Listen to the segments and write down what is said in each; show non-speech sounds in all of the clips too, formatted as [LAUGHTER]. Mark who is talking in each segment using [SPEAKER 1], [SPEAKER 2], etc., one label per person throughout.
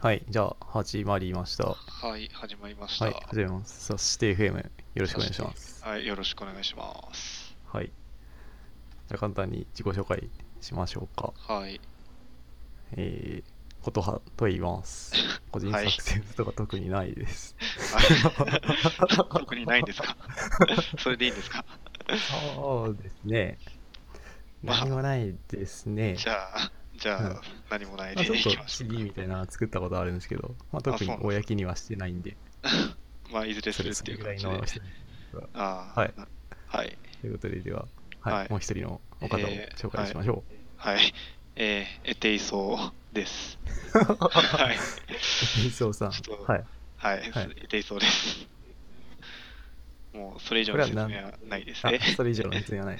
[SPEAKER 1] はい、じゃあ始まりました。は
[SPEAKER 2] はい、始まりました。
[SPEAKER 1] い、始めます。そして FM よろしくお願いします。
[SPEAKER 2] はい、よろしくお願いします。
[SPEAKER 1] はい。じゃあ簡単に自己紹介しましょうか。 [LAUGHS]
[SPEAKER 2] はい、
[SPEAKER 1] えー、ことはと言い
[SPEAKER 2] [LAUGHS]
[SPEAKER 1] ます。個人
[SPEAKER 2] はい
[SPEAKER 1] 作戦とか特にないです。
[SPEAKER 2] はい特にないんですか [LAUGHS] それでいいんですか
[SPEAKER 1] そうですね。
[SPEAKER 2] まあ
[SPEAKER 1] 何もないですね。
[SPEAKER 2] じゃあ、じゃあ、
[SPEAKER 1] うん
[SPEAKER 2] 何もない
[SPEAKER 1] まあ、ち
[SPEAKER 2] で
[SPEAKER 1] ょっ
[SPEAKER 2] い
[SPEAKER 1] と
[SPEAKER 2] きましょ
[SPEAKER 1] CD みたいなの作ったことあるんですけど、まあ、特に
[SPEAKER 2] そうなんです
[SPEAKER 1] 公にはしてないんで、
[SPEAKER 2] う。 [LAUGHS] まあ、いずれするっ
[SPEAKER 1] そ
[SPEAKER 2] てい
[SPEAKER 1] れ
[SPEAKER 2] う
[SPEAKER 1] ぐら
[SPEAKER 2] 感
[SPEAKER 1] い
[SPEAKER 2] じ
[SPEAKER 1] の
[SPEAKER 2] で。
[SPEAKER 1] 人
[SPEAKER 2] ああ、
[SPEAKER 1] はい
[SPEAKER 2] なはい、
[SPEAKER 1] ということで、では、はい
[SPEAKER 2] はい
[SPEAKER 1] もう一人のお方を
[SPEAKER 2] えー
[SPEAKER 1] 紹介しましょ
[SPEAKER 2] はい。えー、エテイソー
[SPEAKER 1] [LAUGHS]
[SPEAKER 2] です。はい、
[SPEAKER 1] う。 [LAUGHS] 水尾さん。
[SPEAKER 2] ちょっと
[SPEAKER 1] はい。
[SPEAKER 2] はい、
[SPEAKER 1] はい
[SPEAKER 2] エテイソーです。もう、それ以上の説明
[SPEAKER 1] これは
[SPEAKER 2] はないです
[SPEAKER 1] あ
[SPEAKER 2] ね。
[SPEAKER 1] それ以上の説明は
[SPEAKER 2] [LAUGHS]
[SPEAKER 1] ない。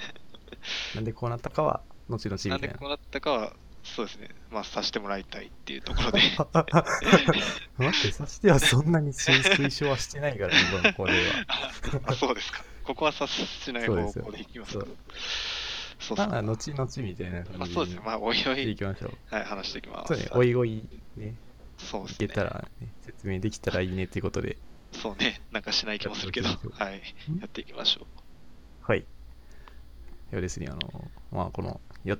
[SPEAKER 1] なんでこうなったかは、後々みた
[SPEAKER 2] なんで
[SPEAKER 1] いな
[SPEAKER 2] こ。うなったかは、そうですね、まあ、させてもらいたいっていうところで。
[SPEAKER 1] [LAUGHS] 待って、さしてはそんなに推推奨はしてないからね、このこれは。
[SPEAKER 2] あ、 [LAUGHS] そうですか。ここは察しない
[SPEAKER 1] そう
[SPEAKER 2] 方
[SPEAKER 1] ですよ
[SPEAKER 2] 向でいきますか。そう
[SPEAKER 1] まあ、
[SPEAKER 2] そう
[SPEAKER 1] 後々みたいな
[SPEAKER 2] ま
[SPEAKER 1] 感
[SPEAKER 2] あ、
[SPEAKER 1] じ
[SPEAKER 2] そうですね。まあ、おいお
[SPEAKER 1] でい
[SPEAKER 2] い、
[SPEAKER 1] きましょう。
[SPEAKER 2] はい、話していきます。
[SPEAKER 1] そうね、おいおいね、
[SPEAKER 2] そうで
[SPEAKER 1] い
[SPEAKER 2] すね
[SPEAKER 1] けたらね、説明できたらいいねっていうことで。
[SPEAKER 2] そうね。なんかしない気もするけど、
[SPEAKER 1] やっていきまし
[SPEAKER 2] はい。やっていきましょ
[SPEAKER 1] はい。ではですね、あの、まあ、この、
[SPEAKER 2] [LAUGHS]
[SPEAKER 1] や、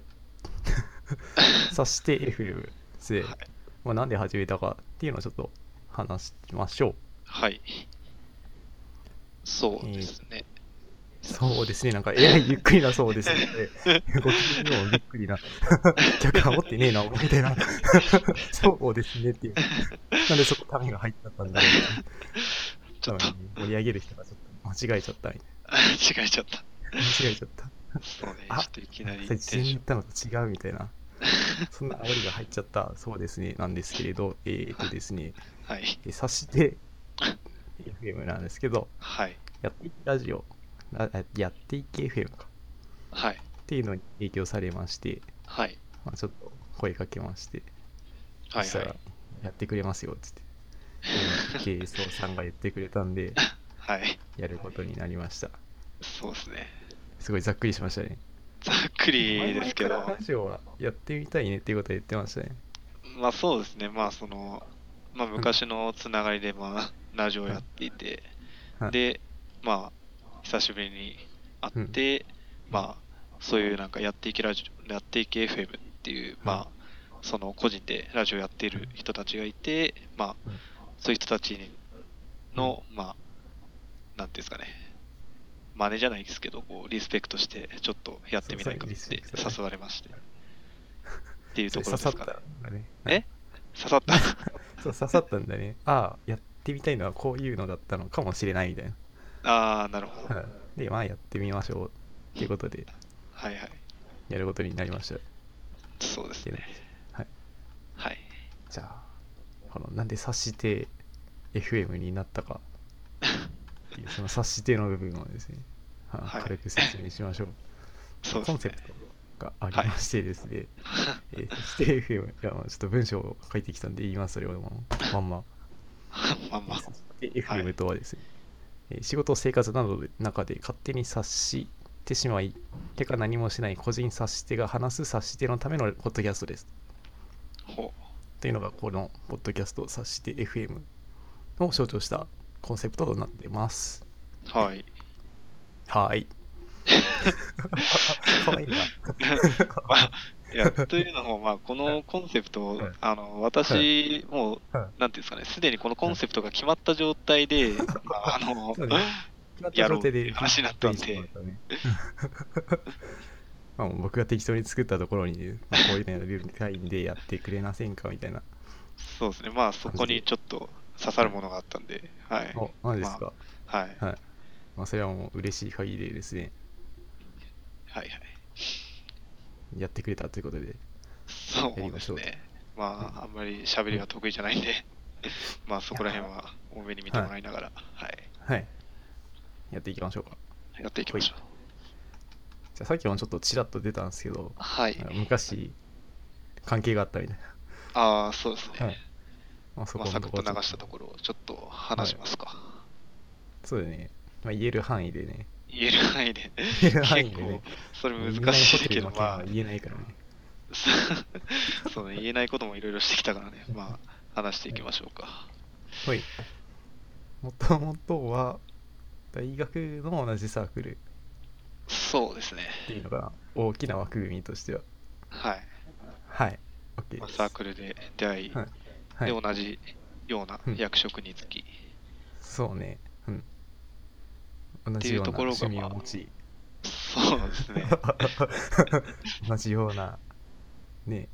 [SPEAKER 1] さして FM で、
[SPEAKER 2] はい
[SPEAKER 1] まあ、なんで始めたかっていうのをちょっと話しましょう。
[SPEAKER 2] う。はい。そうですね。
[SPEAKER 1] そうですね、なんか、え
[SPEAKER 2] [LAUGHS]
[SPEAKER 1] らいゆっくりなそうですね。ご機嫌もびっくりな。 [LAUGHS] 客が持ってねえな、みたいな。 [LAUGHS] そうですねっていう。なんでそこ、民が入っちゃったんだろう。
[SPEAKER 2] [LAUGHS] ちょっと [LAUGHS]
[SPEAKER 1] 多分盛り上げる人がちょっと間違えちゃったみたい
[SPEAKER 2] 違えちゃった。 [LAUGHS]
[SPEAKER 1] な。間違えちゃった。
[SPEAKER 2] そうね。ちょ
[SPEAKER 1] あ
[SPEAKER 2] っといきなり
[SPEAKER 1] そ
[SPEAKER 2] テ
[SPEAKER 1] れ
[SPEAKER 2] ン
[SPEAKER 1] 自分に
[SPEAKER 2] シ
[SPEAKER 1] 言ったのと違うみたいな。そんな煽りが入っちゃった、そうですね、なんですけれど、えー、とですね、
[SPEAKER 2] ョン。 [LAUGHS] はい。
[SPEAKER 1] え察して FM なんですけど、
[SPEAKER 2] はい。
[SPEAKER 1] やっていけラジオ、ああやっていけ FM か。
[SPEAKER 2] はい。
[SPEAKER 1] っていうのに影響されまして、
[SPEAKER 2] はい。
[SPEAKER 1] まあ、ちょっと声かけまして、そ
[SPEAKER 2] はい。
[SPEAKER 1] した
[SPEAKER 2] はい
[SPEAKER 1] ら。やってくれますよっつって、ケイソーさんが言ってくれたんで、
[SPEAKER 2] [LAUGHS] はい。
[SPEAKER 1] やることになりました。
[SPEAKER 2] そうですね。
[SPEAKER 1] すごいざっくりしましたね。
[SPEAKER 2] ざっくりですけ
[SPEAKER 1] 前々から
[SPEAKER 2] ど
[SPEAKER 1] ラ。ジオはやってみたいねっていうことは言ってましたね。
[SPEAKER 2] まあそうですね、まあその、まあ昔のつながりで、まあ、ラジオやっていて、
[SPEAKER 1] はい [LAUGHS]
[SPEAKER 2] で、まあ、久しぶりに会って、まあ、そういうなんかやっていけラジオ、やっていけ FM っていう、まあ、その個人でラジオやっている人たちがいて、まあ
[SPEAKER 1] うん、
[SPEAKER 2] そういう人たちの、まあ、なんていうんですかね、真似じゃないですけど、こう、リスペクトして、ちょっとやってみないかっ
[SPEAKER 1] そうそう
[SPEAKER 2] て
[SPEAKER 1] リスペクトね
[SPEAKER 2] 誘われまして。っていう
[SPEAKER 1] そ
[SPEAKER 2] と
[SPEAKER 1] れ
[SPEAKER 2] こ
[SPEAKER 1] 刺
[SPEAKER 2] ろで
[SPEAKER 1] さっ
[SPEAKER 2] す
[SPEAKER 1] た
[SPEAKER 2] か
[SPEAKER 1] ん
[SPEAKER 2] ね。
[SPEAKER 1] だね。
[SPEAKER 2] え刺さった
[SPEAKER 1] [LAUGHS] そう刺さったんだね。ああ、やってみたいのはこういうのだったのかもしれないみたいな。
[SPEAKER 2] [LAUGHS] ああ、なるほど。
[SPEAKER 1] はいで、まあやってみましょうっていうことで、
[SPEAKER 2] はいはい。
[SPEAKER 1] やることになりました。
[SPEAKER 2] そうですね。
[SPEAKER 1] はい
[SPEAKER 2] はい。
[SPEAKER 1] じゃあ、このなんで察して FM になったかって
[SPEAKER 2] [LAUGHS]
[SPEAKER 1] いう、その察しての部分をですね、は
[SPEAKER 2] はい
[SPEAKER 1] 軽く説明しましょう。
[SPEAKER 2] そうで
[SPEAKER 1] コ
[SPEAKER 2] す
[SPEAKER 1] ン
[SPEAKER 2] ね。
[SPEAKER 1] セプトがありましてですね、えー察して FM、いや、まあちょっと文章を書いてきたんで言います、それをもうまんま。
[SPEAKER 2] [LAUGHS] まんま。
[SPEAKER 1] 察して FM とはですね、えー仕事、生活などの中で勝手に察してしまい、てか何もしない個人察し手が話す察し手のためのポッドキャストです。
[SPEAKER 2] ほ
[SPEAKER 1] というのがこのポッドキャストを指して FM を象徴したコンセプトとなってます。
[SPEAKER 2] う。はい。 [LAUGHS]
[SPEAKER 1] はい。かわいいな。
[SPEAKER 2] まあ、いや、というのも、まあ、このコンセプトを
[SPEAKER 1] はい、
[SPEAKER 2] あの、私、もう
[SPEAKER 1] は、
[SPEAKER 2] なんていうんですかね、すでにこのコンセプトが決まった状態で、まああの
[SPEAKER 1] そう、ね
[SPEAKER 2] やろうっていう話になったんで。
[SPEAKER 1] [LAUGHS] まあもう僕が適当に作ったところに、まあこういうのやるみたいんでやってくれませんかみたいな。
[SPEAKER 2] そうですね。まあ、そこにちょっと刺さるものがあったんで、 [LAUGHS] はい。
[SPEAKER 1] お、何ですか、
[SPEAKER 2] はい。
[SPEAKER 1] はい。まあそれはもう嬉しい限りですね。
[SPEAKER 2] はいはい。
[SPEAKER 1] やってくれたということで。
[SPEAKER 2] そう
[SPEAKER 1] やり
[SPEAKER 2] で
[SPEAKER 1] ますしょう
[SPEAKER 2] ね。まあ、あんまり喋りが得意じゃないんで、 [LAUGHS] まあ、そこら辺は多めに見てもらいながら、はい。
[SPEAKER 1] はい。やっていきましょうか。
[SPEAKER 2] やっていきましょう。
[SPEAKER 1] じゃあさっきもちょっとちらっと出たんですけど、
[SPEAKER 2] はい。
[SPEAKER 1] 昔関係があったみたい
[SPEAKER 2] ああ、そうです
[SPEAKER 1] な、
[SPEAKER 2] ね。
[SPEAKER 1] まあ、そ
[SPEAKER 2] ま
[SPEAKER 1] この
[SPEAKER 2] あ、サ
[SPEAKER 1] と
[SPEAKER 2] クッ
[SPEAKER 1] ころ
[SPEAKER 2] と流
[SPEAKER 1] ちょっと
[SPEAKER 2] したところをちょっと話しますか。
[SPEAKER 1] そうだね、まあ、言える範囲でね
[SPEAKER 2] 言える範囲で。
[SPEAKER 1] 言える
[SPEAKER 2] 結
[SPEAKER 1] [LAUGHS] 範囲でね
[SPEAKER 2] 構、それ
[SPEAKER 1] みん
[SPEAKER 2] 難
[SPEAKER 1] なに
[SPEAKER 2] し
[SPEAKER 1] ホ
[SPEAKER 2] い
[SPEAKER 1] テ
[SPEAKER 2] け
[SPEAKER 1] ル
[SPEAKER 2] ど、
[SPEAKER 1] の件
[SPEAKER 2] ま
[SPEAKER 1] は言えないからね
[SPEAKER 2] [LAUGHS] あ、そうね、言えないこともいろいろしてきたからね、まあ、話していきましょうか。
[SPEAKER 1] はい。もともとは、大学の同じサークル
[SPEAKER 2] そうですね。
[SPEAKER 1] っていうのが大きな枠組みとしては。
[SPEAKER 2] はい。
[SPEAKER 1] はい。OK
[SPEAKER 2] まあ
[SPEAKER 1] です。
[SPEAKER 2] サークルで出会い、
[SPEAKER 1] はいはい
[SPEAKER 2] で同じような役職につき、
[SPEAKER 1] そうね。うん。同
[SPEAKER 2] て
[SPEAKER 1] じ
[SPEAKER 2] い
[SPEAKER 1] よ
[SPEAKER 2] う
[SPEAKER 1] うな
[SPEAKER 2] ところが
[SPEAKER 1] 趣味
[SPEAKER 2] まあ
[SPEAKER 1] を持ち、
[SPEAKER 2] そうで
[SPEAKER 1] [LAUGHS]
[SPEAKER 2] すね。
[SPEAKER 1] 同じような、ね、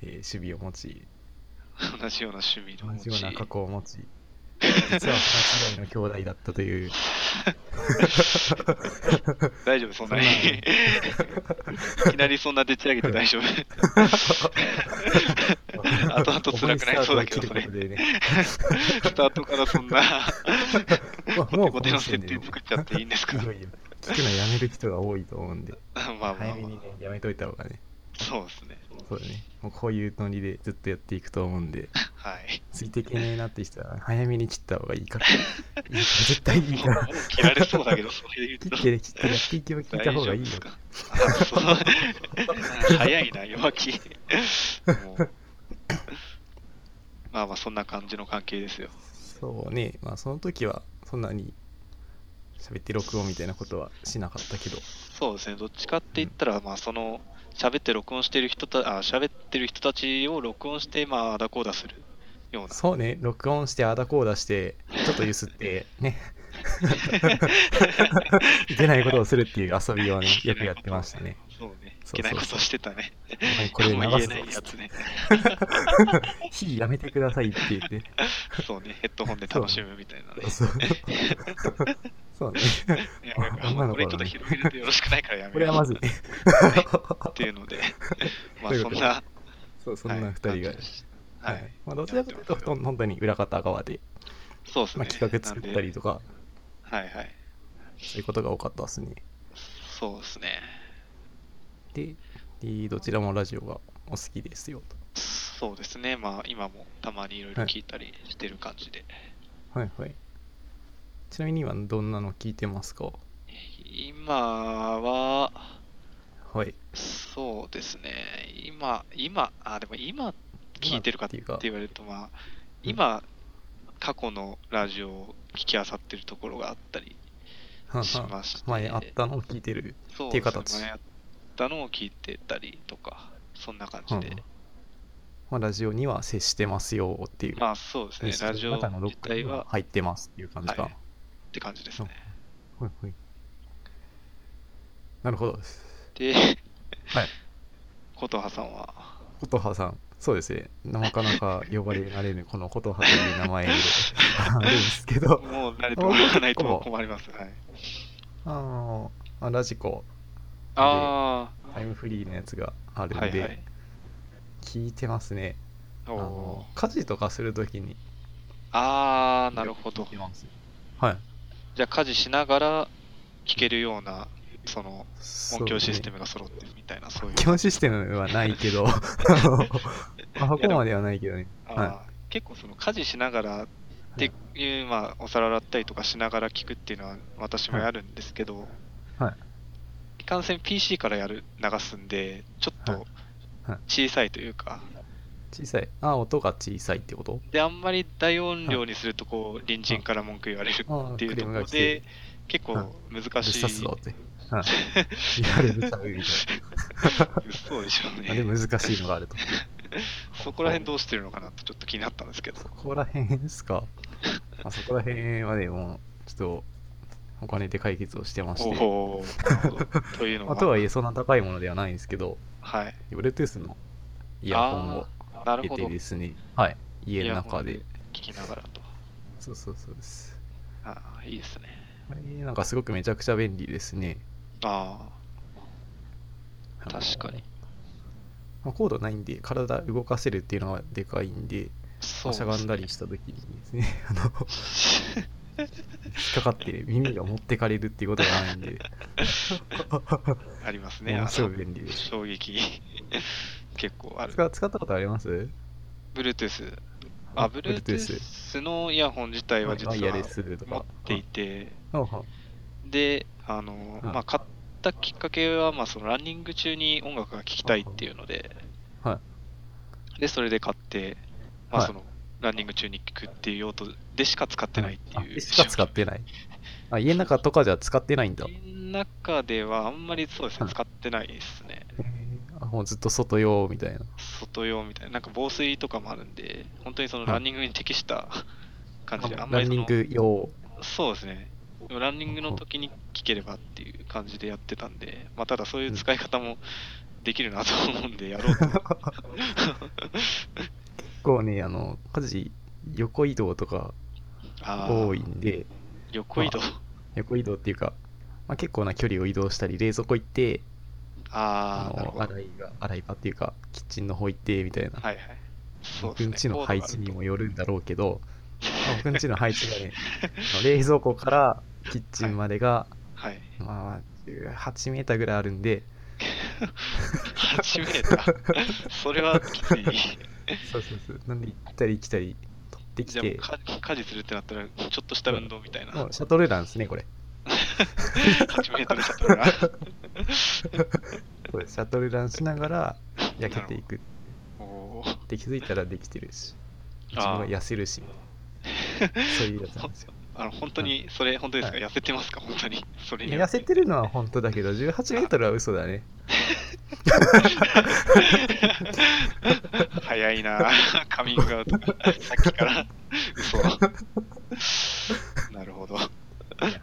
[SPEAKER 1] えー守備を持ち、
[SPEAKER 2] 同じような趣味の
[SPEAKER 1] 同じ
[SPEAKER 2] 持ち
[SPEAKER 1] ような過去を持ち、実は同じ代の兄弟だったという、
[SPEAKER 2] [LAUGHS] 大丈夫、そんなに。
[SPEAKER 1] そ
[SPEAKER 2] [LAUGHS] いきなりそんなでっち上げて大丈夫。後々辛くなりそうだけど
[SPEAKER 1] ここにスタートを切ることでね
[SPEAKER 2] スタートからそん
[SPEAKER 1] ま
[SPEAKER 2] な、
[SPEAKER 1] あ
[SPEAKER 2] コ
[SPEAKER 1] も
[SPEAKER 2] テ
[SPEAKER 1] うこ
[SPEAKER 2] コテ
[SPEAKER 1] の
[SPEAKER 2] の
[SPEAKER 1] 時点で
[SPEAKER 2] 設定作っちゃっていいんですか
[SPEAKER 1] いよいよ聞くのやめる人が多いと思うんで、
[SPEAKER 2] まあまあま
[SPEAKER 1] 早
[SPEAKER 2] あ
[SPEAKER 1] めにね、やめといた方がね、
[SPEAKER 2] そうですね。
[SPEAKER 1] そうだね、もうこういうノリでずっとやっていくと思うんで、
[SPEAKER 2] はい。
[SPEAKER 1] ついていけねえなって人は早めに切った方がいいから、いいから絶対いいから、
[SPEAKER 2] もう切られそうだけど、それ言う
[SPEAKER 1] 切
[SPEAKER 2] と
[SPEAKER 1] っ。て、切って、やっていきを聞いた方がいいよ。
[SPEAKER 2] あそう早いな、弱気。もうまあまあ、そんな感じの関係ですよ。
[SPEAKER 1] そうね、まあその時はそんなに喋って録音みたいなことはしなかったけど、
[SPEAKER 2] そうですね、どっちかって言ったら、まあその喋って録音してる人たあ喋ってる人たちを録音して、まあ、あだこうだするよ
[SPEAKER 1] [LAUGHS]
[SPEAKER 2] うな、
[SPEAKER 1] そうね、録音してあだこうだして、ちょっとゆすって、ね、いけないことをするっていう遊びをね、よくやってましたね。
[SPEAKER 2] そうね、い
[SPEAKER 1] そうそうそう
[SPEAKER 2] けないことしてたね。
[SPEAKER 1] お前これ
[SPEAKER 2] あんま
[SPEAKER 1] 流す
[SPEAKER 2] 言えないや
[SPEAKER 1] ぞ
[SPEAKER 2] つね。
[SPEAKER 1] 火やめてくださいって言って、
[SPEAKER 2] そうね、ヘッドホンで楽しむみたいなね。
[SPEAKER 1] そうそうね、
[SPEAKER 2] いやなんか
[SPEAKER 1] 女の子だね
[SPEAKER 2] これちょっと広げるとよろしくないからやめよう
[SPEAKER 1] これはまずい。
[SPEAKER 2] っていうの
[SPEAKER 1] [LAUGHS]
[SPEAKER 2] で、ま
[SPEAKER 1] とい
[SPEAKER 2] あ
[SPEAKER 1] うこ
[SPEAKER 2] そん
[SPEAKER 1] とで
[SPEAKER 2] な、
[SPEAKER 1] そう、そんな二人が
[SPEAKER 2] はい感じで。し
[SPEAKER 1] は
[SPEAKER 2] たはいい。
[SPEAKER 1] まあ、どちらかというと、ほとんど本当に裏方側で、
[SPEAKER 2] そうです
[SPEAKER 1] ま
[SPEAKER 2] ね。
[SPEAKER 1] あ、企画作ったりとか、
[SPEAKER 2] なんで。はいはい。
[SPEAKER 1] そういうことが多かったですね。
[SPEAKER 2] そうですね。
[SPEAKER 1] で、でどちらもラジオがお好きですよと。
[SPEAKER 2] そうですね。まあ今もたまにいろいろ聞いたりしてる感じで。
[SPEAKER 1] はいはい。ちなみに今どんなの聞いてますか
[SPEAKER 2] 今は、 [LAUGHS]
[SPEAKER 1] はい。
[SPEAKER 2] そうですね。今、今、あ、でも今聞いてるかって
[SPEAKER 1] 今っていうか
[SPEAKER 2] 言われると、まあ、今、過去のラジオを聞き漁ってるところがあったり
[SPEAKER 1] はん
[SPEAKER 2] し
[SPEAKER 1] はん
[SPEAKER 2] まして、
[SPEAKER 1] 前あったのを聞いてる。
[SPEAKER 2] そう
[SPEAKER 1] っ
[SPEAKER 2] っ
[SPEAKER 1] い
[SPEAKER 2] てていうう
[SPEAKER 1] 形
[SPEAKER 2] 形前やったのを聞いてたりとか、そんな感じで。
[SPEAKER 1] うんうんまあ、ラジオには接してますよっていう。
[SPEAKER 2] まあそうですね、ラジオ
[SPEAKER 1] 中のどっ
[SPEAKER 2] 自
[SPEAKER 1] かに
[SPEAKER 2] 体は
[SPEAKER 1] は
[SPEAKER 2] っ
[SPEAKER 1] 入ってますっていう感じか。は
[SPEAKER 2] はいい、て感じですね。
[SPEAKER 1] はい、なるほどです。
[SPEAKER 2] で、
[SPEAKER 1] はい。
[SPEAKER 2] 琴葉さんは、
[SPEAKER 1] 琴葉さん。そうですね。なかなか呼ばれられるこの琴葉という名
[SPEAKER 2] [LAUGHS]
[SPEAKER 1] 前であるんですけど、
[SPEAKER 2] もう慣れてもらわな
[SPEAKER 1] [LAUGHS]
[SPEAKER 2] いと困ります。はい、
[SPEAKER 1] あの、まあラジコ、
[SPEAKER 2] あ
[SPEAKER 1] タイムフリーのやつがある
[SPEAKER 2] あ、
[SPEAKER 1] ん
[SPEAKER 2] はいは
[SPEAKER 1] で
[SPEAKER 2] い、。
[SPEAKER 1] 聞いてますね。
[SPEAKER 2] お
[SPEAKER 1] あの
[SPEAKER 2] お
[SPEAKER 1] 家事とかするときに
[SPEAKER 2] ー。ああ、なるほ
[SPEAKER 1] 聞
[SPEAKER 2] ど
[SPEAKER 1] い。てますはい
[SPEAKER 2] じゃあ家事しながら聞けるような、その音響システ
[SPEAKER 1] ム
[SPEAKER 2] ムが揃ってるみたいな、そういう。
[SPEAKER 1] 音響システムはないけ
[SPEAKER 2] [LAUGHS]
[SPEAKER 1] ど [LAUGHS] あのまあそこまではないけどね
[SPEAKER 2] あー
[SPEAKER 1] は
[SPEAKER 2] 結構その家事しながらっていう、まあ、お皿洗ったりとかしながら聞くっていうのは私もやるんですけど、
[SPEAKER 1] はい
[SPEAKER 2] いかんせん PC からやる流すんで、ちょっ
[SPEAKER 1] はい
[SPEAKER 2] と
[SPEAKER 1] はい
[SPEAKER 2] 小さいというか、
[SPEAKER 1] 小さいあ音が小さいってこと
[SPEAKER 2] であんまり大音量にするとこう、隣人から文句言われる
[SPEAKER 1] あー
[SPEAKER 2] っていう
[SPEAKER 1] クレ
[SPEAKER 2] と
[SPEAKER 1] ー
[SPEAKER 2] こ
[SPEAKER 1] ム
[SPEAKER 2] ろ
[SPEAKER 1] が来て
[SPEAKER 2] で、結
[SPEAKER 1] はい
[SPEAKER 2] 構
[SPEAKER 1] ぶ
[SPEAKER 2] 難
[SPEAKER 1] っ
[SPEAKER 2] しい。
[SPEAKER 1] 刺 [LAUGHS] すぞ
[SPEAKER 2] [LAUGHS]
[SPEAKER 1] ってはい言われるたびみた
[SPEAKER 2] [LAUGHS] そうでしょう
[SPEAKER 1] いなで
[SPEAKER 2] ね。
[SPEAKER 1] 難しいのがあると
[SPEAKER 2] そこら辺どうしてるのかなってちょっと気になったんですけど
[SPEAKER 1] そ。こら辺ですか、まあ、そこら辺はねもうちょっとお金で解決をしてまして
[SPEAKER 2] おお。なるほどというの
[SPEAKER 1] まあ
[SPEAKER 2] は、
[SPEAKER 1] とはいえそんな高いものではないんですけど
[SPEAKER 2] はい。
[SPEAKER 1] Bluetooth のイヤホンを
[SPEAKER 2] あーなる
[SPEAKER 1] 入れ
[SPEAKER 2] ほ
[SPEAKER 1] て
[SPEAKER 2] ど。
[SPEAKER 1] で
[SPEAKER 2] 聞
[SPEAKER 1] すね、はい、家の中で。
[SPEAKER 2] きながらと。
[SPEAKER 1] そうそうそうです。
[SPEAKER 2] ああ、いいですね。
[SPEAKER 1] これなんかすごくめちゃくちゃ便利ですね。
[SPEAKER 2] あ
[SPEAKER 1] あ
[SPEAKER 2] あ、
[SPEAKER 1] の
[SPEAKER 2] 確かに。。
[SPEAKER 1] まあ、コードないんで、体動かせるっていうのはでかいんで、
[SPEAKER 2] そう
[SPEAKER 1] しゃがんだり
[SPEAKER 2] で
[SPEAKER 1] した時にですね、 [LAUGHS] あの、引
[SPEAKER 2] すね [LAUGHS]
[SPEAKER 1] っかかって耳が持ってかれるっていうことがないんで、
[SPEAKER 2] あります [LAUGHS] ね。
[SPEAKER 1] ものすご
[SPEAKER 2] あ
[SPEAKER 1] く
[SPEAKER 2] の
[SPEAKER 1] 便利です。
[SPEAKER 2] 衝撃。 [LAUGHS] 結構ある。
[SPEAKER 1] 使使ったことあります
[SPEAKER 2] Bluetooth。あ、Bluetooth のイヤホン自体は実
[SPEAKER 1] ワイヤレ
[SPEAKER 2] は
[SPEAKER 1] スとか
[SPEAKER 2] 持っ。ていて、
[SPEAKER 1] うんうん
[SPEAKER 2] で、あの、
[SPEAKER 1] うん
[SPEAKER 2] まあ、買ったきっかけは、まあ、そのランニング中に音楽が聴きたいっていうので、
[SPEAKER 1] は
[SPEAKER 2] で、それで買って、まあ、
[SPEAKER 1] はい
[SPEAKER 2] その、ランニング中に聞くっていう用途でしか使ってないって
[SPEAKER 1] あ
[SPEAKER 2] いう。
[SPEAKER 1] しか使ってない。あ、家の中とかじゃ使ってないんだ。
[SPEAKER 2] 家の中ではあんまりそうですね、使ってないですね。
[SPEAKER 1] あもうずっと外用みたいな。
[SPEAKER 2] 外用みたいな、なんか防水とかもあるんで、本当にそのランニングに適した感じで、あんま
[SPEAKER 1] ラ
[SPEAKER 2] り
[SPEAKER 1] ン
[SPEAKER 2] そ
[SPEAKER 1] ニン
[SPEAKER 2] の
[SPEAKER 1] グ用。
[SPEAKER 2] そうですね。ランニングの時に聞ければっていう感じでやってたんで、まあ、ただそういう使い方もできるなと思うんで、やろうと。
[SPEAKER 1] [LAUGHS] 結構ね、あの、家事、横移動とか
[SPEAKER 2] あー
[SPEAKER 1] 多いんで、
[SPEAKER 2] 横移動。
[SPEAKER 1] 横移動っていうか、まあ、結構な距離を移動したり、冷蔵庫行って、
[SPEAKER 2] あ
[SPEAKER 1] あ
[SPEAKER 2] あ、なる
[SPEAKER 1] の
[SPEAKER 2] ほど。は
[SPEAKER 1] 洗
[SPEAKER 2] い
[SPEAKER 1] いが洗い場っていうか、キッチンの方行ってみたいな、
[SPEAKER 2] はい。そう
[SPEAKER 1] 僕
[SPEAKER 2] です
[SPEAKER 1] ん
[SPEAKER 2] ね。
[SPEAKER 1] ちの配置に
[SPEAKER 2] コー
[SPEAKER 1] もよるんだろうけど、まあ僕んちの配置が
[SPEAKER 2] [LAUGHS]
[SPEAKER 1] ね、あの冷蔵庫からキッチンまでが、
[SPEAKER 2] ドがあると。
[SPEAKER 1] まあ、8メーターぐらいあるんで、
[SPEAKER 2] はい。8メ
[SPEAKER 1] [LAUGHS]
[SPEAKER 2] ーター。それはきつい。
[SPEAKER 1] そうそうそう。なんで行ったり来たり取ってき
[SPEAKER 2] じゃあもう
[SPEAKER 1] て、
[SPEAKER 2] か家事するってなったら、ちょっとした運動みたいな。
[SPEAKER 1] もうシャトルランですね、これ。
[SPEAKER 2] 8メートルシャト
[SPEAKER 1] [LAUGHS]
[SPEAKER 2] ルが。
[SPEAKER 1] これシャトルランしながら焼けていくっ
[SPEAKER 2] おー
[SPEAKER 1] て気づいたらできてるし、自分
[SPEAKER 2] あ
[SPEAKER 1] は
[SPEAKER 2] ー
[SPEAKER 1] 痩せるし、そういうやつなんです
[SPEAKER 2] [LAUGHS]
[SPEAKER 1] よ。
[SPEAKER 2] あの本当に、それ本当ですか、
[SPEAKER 1] は
[SPEAKER 2] 痩せてますか本当に。それ
[SPEAKER 1] い
[SPEAKER 2] に
[SPEAKER 1] や痩せてるのは本当だけど、18メートルは嘘だね。
[SPEAKER 2] [LAUGHS] 早いなぁカミングアウトがさっきから嘘なるほど
[SPEAKER 1] いや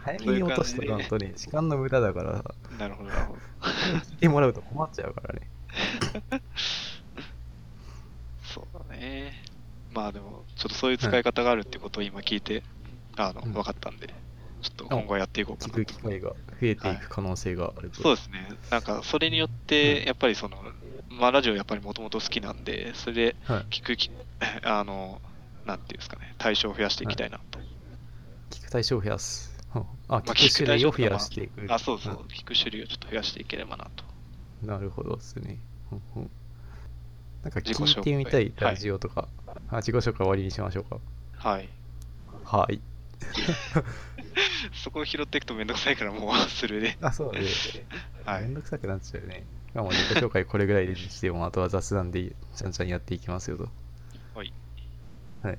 [SPEAKER 1] 早めに落としとかんとね、時間の無駄だから、
[SPEAKER 2] なるほどなるほど
[SPEAKER 1] 来てもらうと困っちゃうからね。
[SPEAKER 2] そうだねまあでもちょっとそういう使い方があるってことを今聞いて、あの
[SPEAKER 1] うん
[SPEAKER 2] 分かったんでちょっと今後はやっていこうか
[SPEAKER 1] 聞
[SPEAKER 2] な
[SPEAKER 1] く機会が増えていく可能性があると。
[SPEAKER 2] そうですねなんかそれによってやっぱりその、まあ、ラジオやっぱりもともと好きなんでそれで
[SPEAKER 1] はい
[SPEAKER 2] 聞くき [LAUGHS] あのなんていうんですかね対象を増やしていきたいなと、
[SPEAKER 1] 聞く対象を増やす。うんあ、
[SPEAKER 2] まあ
[SPEAKER 1] 聞く種類を増やしていく。
[SPEAKER 2] あそうそう、聞く種類をちょっと増やしていければなと
[SPEAKER 1] なるほどですね。ふんふんなんか
[SPEAKER 2] 自己紹介
[SPEAKER 1] 聞いてみたい
[SPEAKER 2] は
[SPEAKER 1] ラ
[SPEAKER 2] い
[SPEAKER 1] ジオとか、あ自己紹介終わりにしましょうか。
[SPEAKER 2] はい
[SPEAKER 1] はい。
[SPEAKER 2] [LAUGHS] そこを拾っていくとめんどくさいからもうす
[SPEAKER 1] [LAUGHS]
[SPEAKER 2] るで、
[SPEAKER 1] あ、そうで、
[SPEAKER 2] は
[SPEAKER 1] めん
[SPEAKER 2] い、
[SPEAKER 1] どくさくなっちゃうね。まあもう自己紹介これぐらいでしても、あとは雑談でちゃんちゃんやっていきますよと。
[SPEAKER 2] はい。
[SPEAKER 1] はい。い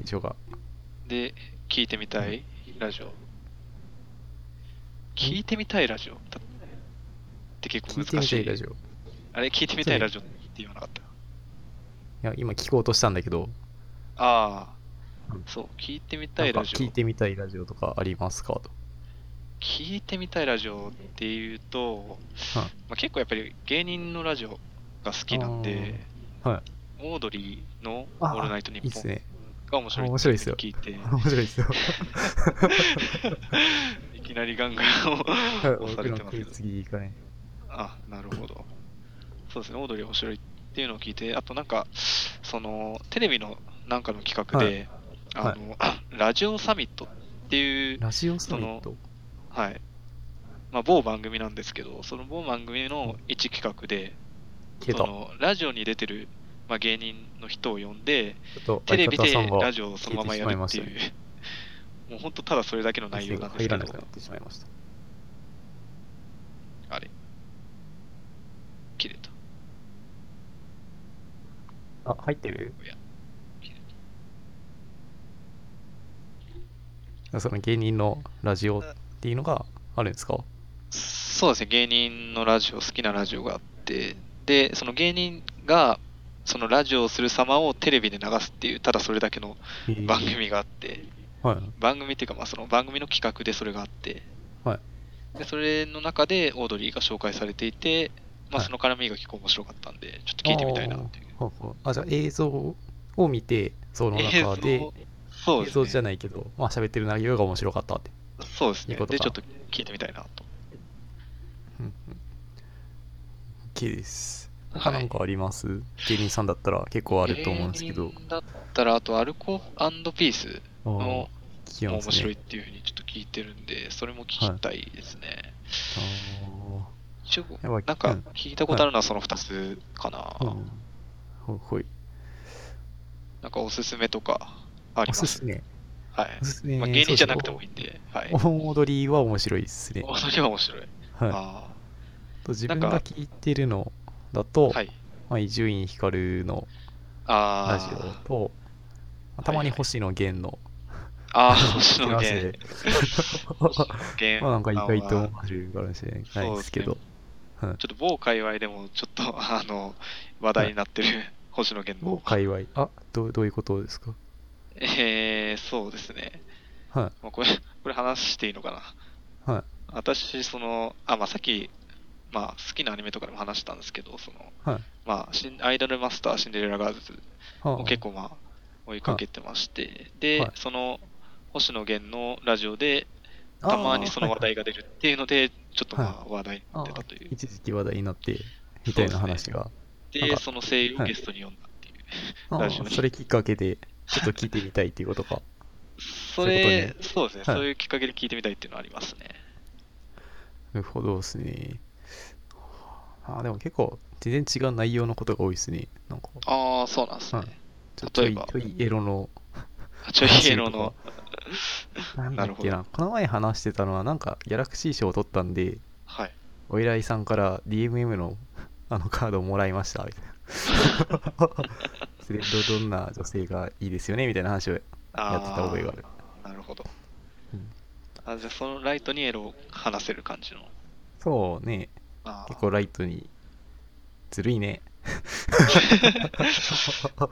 [SPEAKER 1] いでしょうか。
[SPEAKER 2] で聞いてみたいラジオ聞いてみたいラジオだって結構
[SPEAKER 1] 聞いて
[SPEAKER 2] 難
[SPEAKER 1] み
[SPEAKER 2] したい
[SPEAKER 1] いラジオ。い
[SPEAKER 2] あれ聞いてみたいラジオって言わなかった
[SPEAKER 1] や、今聞こうとしたんだけど、
[SPEAKER 2] ああ
[SPEAKER 1] うん
[SPEAKER 2] そう聞いてみた
[SPEAKER 1] なん
[SPEAKER 2] い
[SPEAKER 1] か
[SPEAKER 2] ラジオ
[SPEAKER 1] 聞いてみたいラジオとかありますかと。
[SPEAKER 2] 聞いてみたいラジオっていうと、
[SPEAKER 1] はい
[SPEAKER 2] まあ、結構やっぱり芸人のラジオが好きなんで、
[SPEAKER 1] あーは
[SPEAKER 2] オードリーの「オ
[SPEAKER 1] あー
[SPEAKER 2] ールナイトニ
[SPEAKER 1] いい
[SPEAKER 2] ッ
[SPEAKER 1] っ
[SPEAKER 2] ポ
[SPEAKER 1] す
[SPEAKER 2] ン
[SPEAKER 1] ね。」
[SPEAKER 2] が面白い
[SPEAKER 1] 面白いっすよ
[SPEAKER 2] 聞いて
[SPEAKER 1] 面白いですよ。
[SPEAKER 2] [LAUGHS] いきなりガンガンを [LAUGHS] 押さ
[SPEAKER 1] 僕
[SPEAKER 2] れ
[SPEAKER 1] の
[SPEAKER 2] てま
[SPEAKER 1] 食
[SPEAKER 2] すけ
[SPEAKER 1] い
[SPEAKER 2] ど
[SPEAKER 1] つぎがね。
[SPEAKER 2] あなるほどそうですねオードリー面白いっていうのを聞いてあとなんかそのテレビのなんかの企画で、
[SPEAKER 1] はい
[SPEAKER 2] あの [CLEARS THROAT] ラジオサミットっていう
[SPEAKER 1] ラジオサミット。
[SPEAKER 2] はい。まあ、某番組なんですけど、その某番組の一企画で、
[SPEAKER 1] け
[SPEAKER 2] そ
[SPEAKER 1] ど、
[SPEAKER 2] のラジオに出てる、まあ、芸人の人を呼んで、
[SPEAKER 1] ちょっと
[SPEAKER 2] テレビで
[SPEAKER 1] 相方さんは
[SPEAKER 2] ラジオをそのままやるっていう
[SPEAKER 1] 聞いて、
[SPEAKER 2] [LAUGHS] もう本当ただそれだけの内容なんですけど
[SPEAKER 1] 入らなく、なってしまいました。
[SPEAKER 2] あれ、切れた。
[SPEAKER 1] あ、入ってる
[SPEAKER 2] おや切れ
[SPEAKER 1] その芸人のラジオっていうのがあるんですか
[SPEAKER 2] そうですね、芸人のラジオ、好きなラジオがあって、で、その芸人が、そのラジオをする様をテレビで流すっていう、ただそれだけの番組があって、
[SPEAKER 1] はい。
[SPEAKER 2] 番組っていうか、まあ、その番組の企画でそれがあって、
[SPEAKER 1] は
[SPEAKER 2] でそれの中でオードリーが紹介されていて、まあ、
[SPEAKER 1] はい
[SPEAKER 2] その絡みが結構面白かったんで、ちょっと聞いてみたいなっていう。
[SPEAKER 1] ほうほうあ、じゃあ映像を見て、その中で、映
[SPEAKER 2] そ
[SPEAKER 1] 像
[SPEAKER 2] うですね。
[SPEAKER 1] じゃないけど、まあ喋ってる内容が面白かったって。
[SPEAKER 2] そうですね。
[SPEAKER 1] いうこと
[SPEAKER 2] で、
[SPEAKER 1] か
[SPEAKER 2] ちょっと聞いてみたいなと。
[SPEAKER 1] うんうん。OK です。
[SPEAKER 2] は
[SPEAKER 1] 他
[SPEAKER 2] い
[SPEAKER 1] なんかあります、芸人さんだったら結構あると思うんですけど
[SPEAKER 2] 芸。人だったら、あと、アルコピース
[SPEAKER 1] あー
[SPEAKER 2] の
[SPEAKER 1] 聞き
[SPEAKER 2] も
[SPEAKER 1] ま
[SPEAKER 2] 面
[SPEAKER 1] す
[SPEAKER 2] 白いっ
[SPEAKER 1] ね。
[SPEAKER 2] ていうふうにちょっと聞いてるんで、それも聞きたいですね。一応、
[SPEAKER 1] やばい
[SPEAKER 2] なん
[SPEAKER 1] う
[SPEAKER 2] か
[SPEAKER 1] ん
[SPEAKER 2] 聞いたことあるのはその2つかな
[SPEAKER 1] あー。うんほいほい。
[SPEAKER 2] なんかおすすめとかあり
[SPEAKER 1] お
[SPEAKER 2] ますす
[SPEAKER 1] すめ。
[SPEAKER 2] はい
[SPEAKER 1] お。すすめ。
[SPEAKER 2] まあ、芸人じゃなくてもいいんで、はい。
[SPEAKER 1] そうそう。オードリーは面白いですね。
[SPEAKER 2] おそれは面白い。
[SPEAKER 1] はい。
[SPEAKER 2] あ
[SPEAKER 1] と自
[SPEAKER 2] なん
[SPEAKER 1] 分
[SPEAKER 2] か
[SPEAKER 1] が聞いてるのだと、
[SPEAKER 2] あ、はい。
[SPEAKER 1] まあ伊集院光のラ
[SPEAKER 2] あ
[SPEAKER 1] ジオ
[SPEAKER 2] ー
[SPEAKER 1] と、たまに星野源の
[SPEAKER 2] あー、星
[SPEAKER 1] [LAUGHS]
[SPEAKER 2] 野
[SPEAKER 1] 幸せ
[SPEAKER 2] 源 [LAUGHS]
[SPEAKER 1] で。、
[SPEAKER 2] 星野源
[SPEAKER 1] まあなんか意外と
[SPEAKER 2] は
[SPEAKER 1] 面白いかもしれないですけ
[SPEAKER 2] そう
[SPEAKER 1] ど、
[SPEAKER 2] ちょっと某界隈でもちょっとあの話題になってる星野源
[SPEAKER 1] 某
[SPEAKER 2] の、
[SPEAKER 1] 界隈、あどうどういうことですか
[SPEAKER 2] えー、そうですね、
[SPEAKER 1] は
[SPEAKER 2] まあ、これ [LAUGHS] これ話していいのか
[SPEAKER 1] い、はい、
[SPEAKER 2] な私そのあ、まあ、さっき、まあ、好きなアニメとかでも話したんですけどその、
[SPEAKER 1] はい。
[SPEAKER 2] まあ、シンアイドルマスターシンデレラガールズ
[SPEAKER 1] は
[SPEAKER 2] を結構まあ追いかけてましてで、
[SPEAKER 1] はい
[SPEAKER 2] その星野源のラジオで
[SPEAKER 1] あー
[SPEAKER 2] たまにその話
[SPEAKER 1] はい
[SPEAKER 2] 題が出るっていうのでちょっとまあ話題にな
[SPEAKER 1] あ
[SPEAKER 2] ってたと
[SPEAKER 1] ー
[SPEAKER 2] いう、
[SPEAKER 1] 一時期話題になって、みたいな話が。なん
[SPEAKER 2] で
[SPEAKER 1] か
[SPEAKER 2] その声優を
[SPEAKER 1] はい
[SPEAKER 2] ゲストに呼んだっていう、
[SPEAKER 1] あ
[SPEAKER 2] ラジオ
[SPEAKER 1] ー
[SPEAKER 2] に
[SPEAKER 1] それきっかけで、ちょっと聞いてみたいっていうことか。
[SPEAKER 2] それ、そうですね、
[SPEAKER 1] はい
[SPEAKER 2] そういうきっかけで聞いてみたいっていうのはありますね。
[SPEAKER 1] なるほどですね。あーでも結構、全然違う内容のことが多いですね。なんか、
[SPEAKER 2] ああ、そうなんですね。
[SPEAKER 1] はいちょちょ
[SPEAKER 2] 例え
[SPEAKER 1] い
[SPEAKER 2] ば
[SPEAKER 1] ちょいエロの
[SPEAKER 2] あちょいヒエローの、
[SPEAKER 1] なんだっけ
[SPEAKER 2] な
[SPEAKER 1] なこの前話してたのはなんかギャラクシー賞を取ったんで
[SPEAKER 2] はい。
[SPEAKER 1] お依頼さんから DMM のあのカードをもらいましたみたい [LAUGHS] なそれどどんな女性がいいですよねみたいな話をやって
[SPEAKER 2] あ
[SPEAKER 1] た
[SPEAKER 2] ー
[SPEAKER 1] 覚えがある
[SPEAKER 2] なるほど。
[SPEAKER 1] うん
[SPEAKER 2] あじゃあ、そのライトにエロを話せる感じの。
[SPEAKER 1] そうね
[SPEAKER 2] あ
[SPEAKER 1] 結構ライトにずるい [LAUGHS] ね
[SPEAKER 2] ー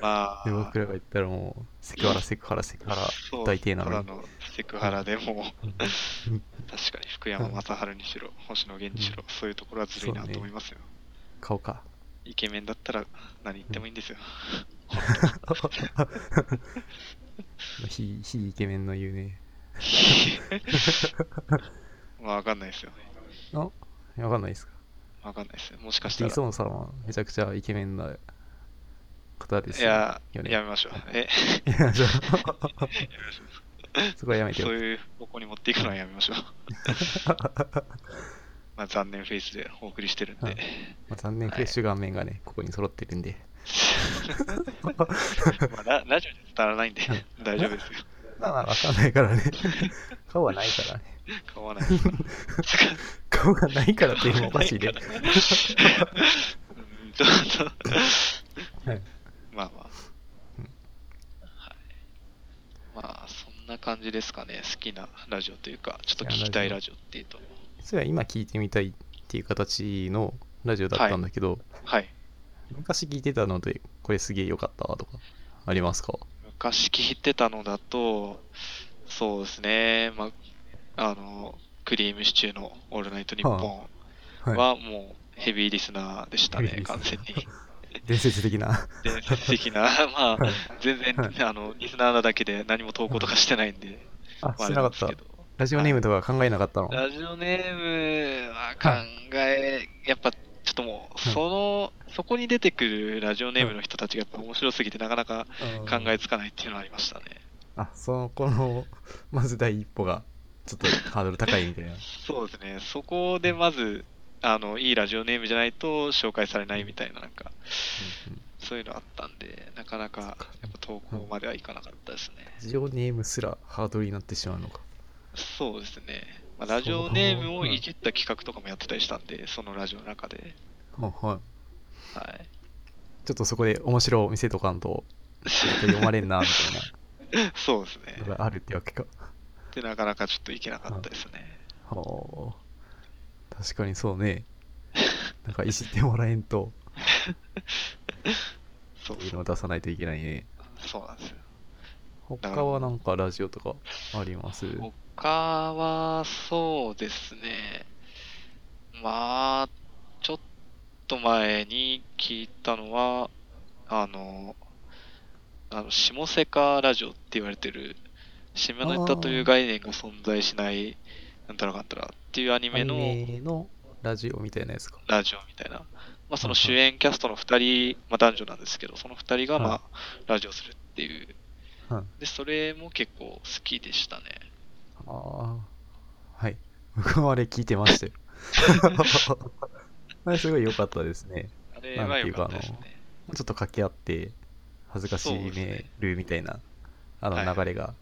[SPEAKER 2] まあ、
[SPEAKER 1] で僕らが言ったらもうセクハラセクハラセクハラ
[SPEAKER 2] そう
[SPEAKER 1] 大抵な
[SPEAKER 2] た
[SPEAKER 1] の
[SPEAKER 2] だ
[SPEAKER 1] に
[SPEAKER 2] のセクハラでも、
[SPEAKER 1] うん
[SPEAKER 2] 確かに福山雅治にしろ、星野源にしろ、そういうところはずるいな
[SPEAKER 1] そうね
[SPEAKER 2] と思いますよ。
[SPEAKER 1] 顔か
[SPEAKER 2] イケメンだったら何言ってもいいんですよ。
[SPEAKER 1] 非非イケメンの言うね
[SPEAKER 2] [LAUGHS] まあ、わかんないですよ。
[SPEAKER 1] あわかんないですか
[SPEAKER 2] わかんないですよ。もしかした
[SPEAKER 1] リ
[SPEAKER 2] ら。
[SPEAKER 1] ソンさんはめちゃくちゃイケメンな方です
[SPEAKER 2] いや、
[SPEAKER 1] よね。
[SPEAKER 2] やめましょう。え、
[SPEAKER 1] いやそう [LAUGHS] そこはやめて
[SPEAKER 2] そ
[SPEAKER 1] よ
[SPEAKER 2] う。いう方向に持っていくのはやめまし
[SPEAKER 1] [LAUGHS]
[SPEAKER 2] ょう。まあ、残念フェイスでお送りしてるん
[SPEAKER 1] は
[SPEAKER 2] で
[SPEAKER 1] い。まあ残念、フレッシュ顔面がね、ここに揃ってるんで。
[SPEAKER 2] まあ、ララジオで伝わらないんで、大丈夫ですよ。
[SPEAKER 1] まあまあ、わかんない [LAUGHS] からね。顔はないからね。
[SPEAKER 2] 構わないですから。
[SPEAKER 1] 顔がないからっていうのもおかしいで。
[SPEAKER 2] [LAUGHS] う
[SPEAKER 1] は
[SPEAKER 2] ん
[SPEAKER 1] い
[SPEAKER 2] ちょっと、まあまあ。はい。まあ、そんな感じですかね。好きなラジオというか、ちょっと聞きたいラジオっていうと。
[SPEAKER 1] 実は今聞いてみたいっていう形のラジオだったんだけど、
[SPEAKER 2] はい。
[SPEAKER 1] 昔聞いてたので、これすげえ良かったとか、ありますか
[SPEAKER 2] 昔聞いてたのだと、そうですね、まあ、あの、クリームシチューのオールナイトニッポン
[SPEAKER 1] は
[SPEAKER 2] はもうヘビーリスナーでした
[SPEAKER 1] ヘ
[SPEAKER 2] ね、
[SPEAKER 1] ビーリスナ
[SPEAKER 2] 完
[SPEAKER 1] ー
[SPEAKER 2] 全に。
[SPEAKER 1] い、伝説的な。[LAUGHS]
[SPEAKER 2] 伝説的な、 [LAUGHS] まあ
[SPEAKER 1] はい、
[SPEAKER 2] 全然、
[SPEAKER 1] はい
[SPEAKER 2] あの、リスナーなだけで何も投稿とかしてないんで、
[SPEAKER 1] あ、
[SPEAKER 2] まあ
[SPEAKER 1] してなかっ
[SPEAKER 2] あ
[SPEAKER 1] た
[SPEAKER 2] れん。ですけど
[SPEAKER 1] ラジオネームとか考えなかったの。
[SPEAKER 2] ラジオネームは考え、やっぱちょっともう、
[SPEAKER 1] はい
[SPEAKER 2] その、そこに出てくるラジオネームの人たちがやっぱ面白すぎて、なかなか考えつかないっていうのはありましたね。
[SPEAKER 1] あそこの [LAUGHS] まず第一歩がちょっとハードル高いみたいな
[SPEAKER 2] そうですね、そこでまず、あのいいラジオネームじゃないと紹介されないみたいな、なんか、そういうのあったんで、なかなかやっぱ投稿まではいかなかったですね。
[SPEAKER 1] ジオネームすらハードルになってしまうのか
[SPEAKER 2] そうですね、まあ、
[SPEAKER 1] そう
[SPEAKER 2] ラジオネームをいじった企画とかもやってたりしたんで、そのラジオの中で。
[SPEAKER 1] はいはい
[SPEAKER 2] はい、
[SPEAKER 1] ちょっとそこで面白いお店とかんとちょっと読まれんなみた
[SPEAKER 2] そうです
[SPEAKER 1] い
[SPEAKER 2] ね。 [LAUGHS]
[SPEAKER 1] なのがあるってわけか
[SPEAKER 2] で、なかなかちょっといけなかったですね。
[SPEAKER 1] はあ確かにそうねなんかいじってもらえんと
[SPEAKER 2] そう
[SPEAKER 1] い
[SPEAKER 2] そう
[SPEAKER 1] うのを出さないといけないね
[SPEAKER 2] そうなんですよ。
[SPEAKER 1] 他はなんかラジオとかあります
[SPEAKER 2] 他は、そうですね。まあ、ちょっと前に聞いたのは、あの、あの下セカラジオって言われてる、下ネタという概念が存在しない、なんたらかんたらっていうアニ
[SPEAKER 1] ア
[SPEAKER 2] メ
[SPEAKER 1] ニ
[SPEAKER 2] の
[SPEAKER 1] メのラジオみたいなやつか
[SPEAKER 2] ラジオみたいな、まあ、その主演キャストの2人、まあ、男女なんですけど、その2人が、まあ
[SPEAKER 1] は、
[SPEAKER 2] ラジオするっていう
[SPEAKER 1] はい。
[SPEAKER 2] で、それも結構好きでしたね。
[SPEAKER 1] ああ、はい。僕もあれ聞いてま [LAUGHS] したよ。あれすごい良かったですね。
[SPEAKER 2] あれは良かったです
[SPEAKER 1] なんて
[SPEAKER 2] ね。
[SPEAKER 1] ちょっと掛け合って、恥ずかし
[SPEAKER 2] そうです
[SPEAKER 1] め
[SPEAKER 2] ね
[SPEAKER 1] るみたいな、あ
[SPEAKER 2] はい
[SPEAKER 1] の流れが、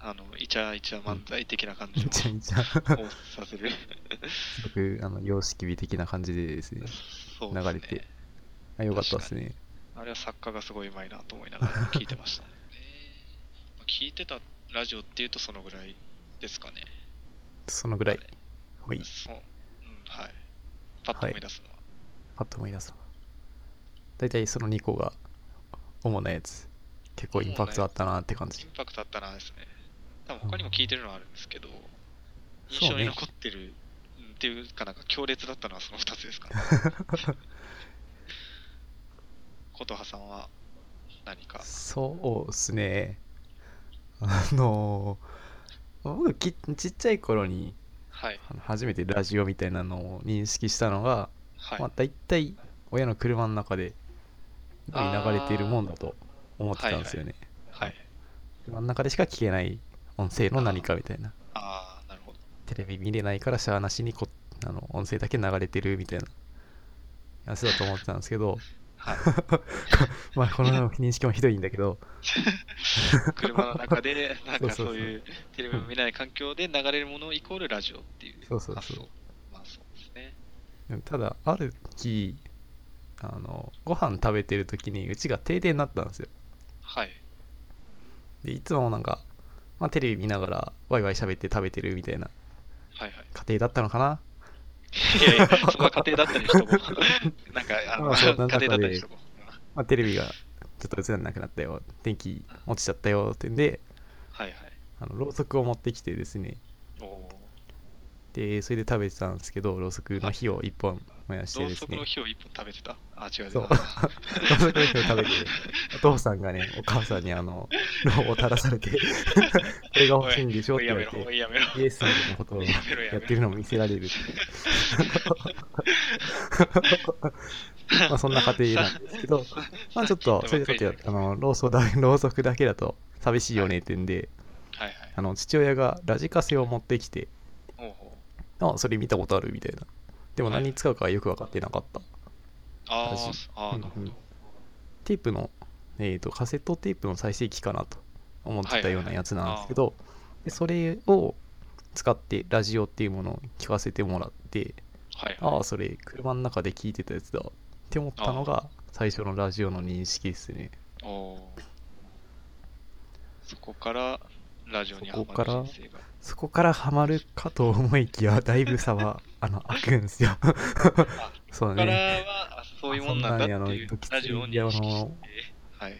[SPEAKER 2] あの、イチャイチャ漫才的な感じ
[SPEAKER 1] め
[SPEAKER 2] を
[SPEAKER 1] ちゃめちゃ、す
[SPEAKER 2] こうさせる。
[SPEAKER 1] ごく、あの、様式美的な感じでですね、
[SPEAKER 2] [LAUGHS] そうですね
[SPEAKER 1] 流れて。あ良かったですね。
[SPEAKER 2] あれは作家がすごいうまいなと思いながら聞いてましたね。まあ聞いてたラジオっていうとそのぐらいですかね。
[SPEAKER 1] そのぐらい。ほい。
[SPEAKER 2] そう、うん、はい。パッと思い出すのは。
[SPEAKER 1] パッと思い出すのが。大体その2個が主なやつ。結構インパクトあったなって感
[SPEAKER 2] イ
[SPEAKER 1] じ
[SPEAKER 2] ン。パクトあったなですね。多分他にも聞いてるのはあるんですけど、印象に残ってるうんっていうかなんか強烈だったのはその2つで
[SPEAKER 1] [LAUGHS]
[SPEAKER 2] すかね。琴葉さんは何か。
[SPEAKER 1] そうっすね。あのー僕きちっちゃい頃に
[SPEAKER 2] はい。
[SPEAKER 1] あの初めてラジオみたいなのを認識したのが、
[SPEAKER 2] はい。
[SPEAKER 1] まあ、大体親の車の中で流れているもんだと思ってたんですよね。
[SPEAKER 2] はい。
[SPEAKER 1] 車の中でしか聞けない音声の何かみたいな。
[SPEAKER 2] ああ、なるほど。
[SPEAKER 1] テレビ見れないからしゃあなしにこあの音声だけ流れてるみたいなやつだと思ってたんですけど、
[SPEAKER 2] はい
[SPEAKER 1] [LAUGHS] まあこの認識もひどいんだけど、
[SPEAKER 2] 車の
[SPEAKER 1] [LAUGHS]
[SPEAKER 2] 中で、なんか
[SPEAKER 1] そうそうそう
[SPEAKER 2] そういうテレビも見ない環境で流れるものイコールラジオっていう
[SPEAKER 1] そうそうそう
[SPEAKER 2] 発想まあそうですね。
[SPEAKER 1] ただある日あのご飯食べてる時にうちが停電になったんですよ
[SPEAKER 2] はい。
[SPEAKER 1] でいつもなんか、まあ、テレビ見ながらワイワイ喋って食べてるみたいな
[SPEAKER 2] はいはい。
[SPEAKER 1] 家庭だったのかない
[SPEAKER 2] やいや、そこは家庭だったりしと
[SPEAKER 1] [LAUGHS]
[SPEAKER 2] こう。なんか、あの、
[SPEAKER 1] まあ
[SPEAKER 2] 家
[SPEAKER 1] そんな
[SPEAKER 2] 庭
[SPEAKER 1] 中
[SPEAKER 2] だっ
[SPEAKER 1] で
[SPEAKER 2] たりしとこう。うん
[SPEAKER 1] まあ、テレビがちょっと映らなくなったよ電気落ちちゃったよってんで
[SPEAKER 2] はいはい。
[SPEAKER 1] あのろうそくを持ってきてですね
[SPEAKER 2] おお
[SPEAKER 1] でそれで食べてたんですけどろうそくの火を1本燃やし
[SPEAKER 2] ー。
[SPEAKER 1] て
[SPEAKER 2] ろう
[SPEAKER 1] で
[SPEAKER 2] そ
[SPEAKER 1] す
[SPEAKER 2] く
[SPEAKER 1] ね
[SPEAKER 2] の火を一本食べてたあ、違う違
[SPEAKER 1] そうろ
[SPEAKER 2] う。
[SPEAKER 1] う [LAUGHS] そくの火を食
[SPEAKER 2] [LAUGHS]
[SPEAKER 1] べてお父さんがねお母さんにあのろうを垂らされて
[SPEAKER 2] [LAUGHS]
[SPEAKER 1] これが欲しいんでしょっ
[SPEAKER 2] お
[SPEAKER 1] て
[SPEAKER 2] い
[SPEAKER 1] 言
[SPEAKER 2] や
[SPEAKER 1] われ
[SPEAKER 2] めろ
[SPEAKER 1] て、
[SPEAKER 2] おいやめろ。
[SPEAKER 1] イエスさんのことをや
[SPEAKER 2] やめろやめろ
[SPEAKER 1] ってるのも見せられるっていうまあそんな家庭なんですけ [LAUGHS] ど、まあちょっ
[SPEAKER 2] [LAUGHS]
[SPEAKER 1] と、そういう時は、あ
[SPEAKER 2] は
[SPEAKER 1] の、ろうそくだろうそくだけだ [LAUGHS] と寂しいよねってんで、
[SPEAKER 2] いはい。
[SPEAKER 1] あの、父親がラジカセを持ってきて、
[SPEAKER 2] おお。
[SPEAKER 1] あ、それ見たことあるみたいな。でも何に使うかはよく分かってなかった。
[SPEAKER 2] あ
[SPEAKER 1] ラジ
[SPEAKER 2] ーあー、なるほ
[SPEAKER 1] うんう
[SPEAKER 2] ど
[SPEAKER 1] ん。テープの、えっ、と、カセットテープの再生機かなと思ってたようなやつなんですけど、でそれを使ってラジオっていうものを聞かせてもらって、
[SPEAKER 2] はいはい。
[SPEAKER 1] ああ、それ車の中で聞いてたやつだって思ったのが最初のラジオの認識ですね。
[SPEAKER 2] おおー。そこから、ラジオにハマ
[SPEAKER 1] そ
[SPEAKER 2] る
[SPEAKER 1] こから
[SPEAKER 2] 人生が。
[SPEAKER 1] そこからハマるかと思いきや、だいぶ差は、あの、開くんですよ。そう
[SPEAKER 2] そこから
[SPEAKER 1] ね。
[SPEAKER 2] は、あそういうもんなんだっていう
[SPEAKER 1] そんなにあの、
[SPEAKER 2] ラジオを認識
[SPEAKER 1] あ
[SPEAKER 2] して
[SPEAKER 1] の、
[SPEAKER 2] [LAUGHS] はい。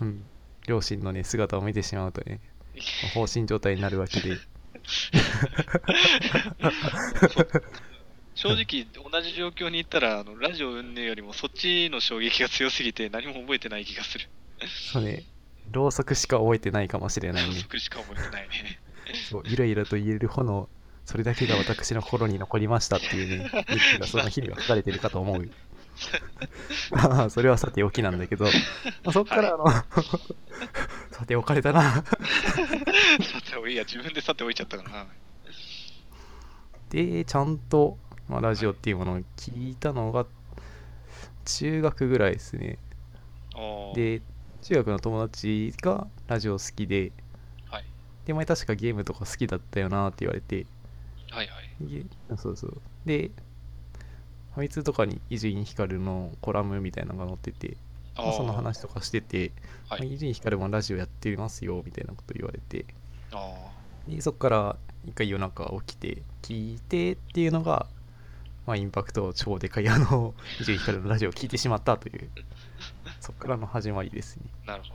[SPEAKER 1] うん、両親のね、姿を見てしまうとね、放心状態になるわけで。
[SPEAKER 2] 正直、同じ状況に行ったら、あのラジオ運営よりもそっちの衝撃が強すぎて何も覚えてない気
[SPEAKER 1] [LAUGHS]
[SPEAKER 2] がする。
[SPEAKER 1] そうね。ろうそくしか覚えてないかもしれないね
[SPEAKER 2] そ。くしか覚えてないね。
[SPEAKER 1] そう、ゆらゆらと言える炎、それだけが私の心に残りましたっていうね、日記がその日には書かれてるかと思う。 [LAUGHS] まあ、それはさておきなんだけど、まあ、そっからあの、さておかれたな。
[SPEAKER 2] [LAUGHS] さておいいや、自分でさておいちゃったからな。
[SPEAKER 1] で、ちゃんと、まあ、ラジオっていうものを聞いたのが、中学ぐらいですね。
[SPEAKER 2] おー
[SPEAKER 1] で、中学の友達がラジオ好きで、
[SPEAKER 2] はい、
[SPEAKER 1] で、前確かゲームとか好きだったよなって言われて、
[SPEAKER 2] はいはい。
[SPEAKER 1] いえあそうそうでファミ通とかに伊集院光のコラムみたいなのが載ってて、まあその話とかしてて
[SPEAKER 2] はい
[SPEAKER 1] まあ伊集院光もラジオやってますよみたいなこと言われて
[SPEAKER 2] あーあ
[SPEAKER 1] でそっから一回夜中起きて聞いてっていうのが、まあ、インパクト超でかいあ
[SPEAKER 2] [LAUGHS]
[SPEAKER 1] の伊集院光のラジオを聞いてしまったというそっからの始まりですね
[SPEAKER 2] ー、なるほ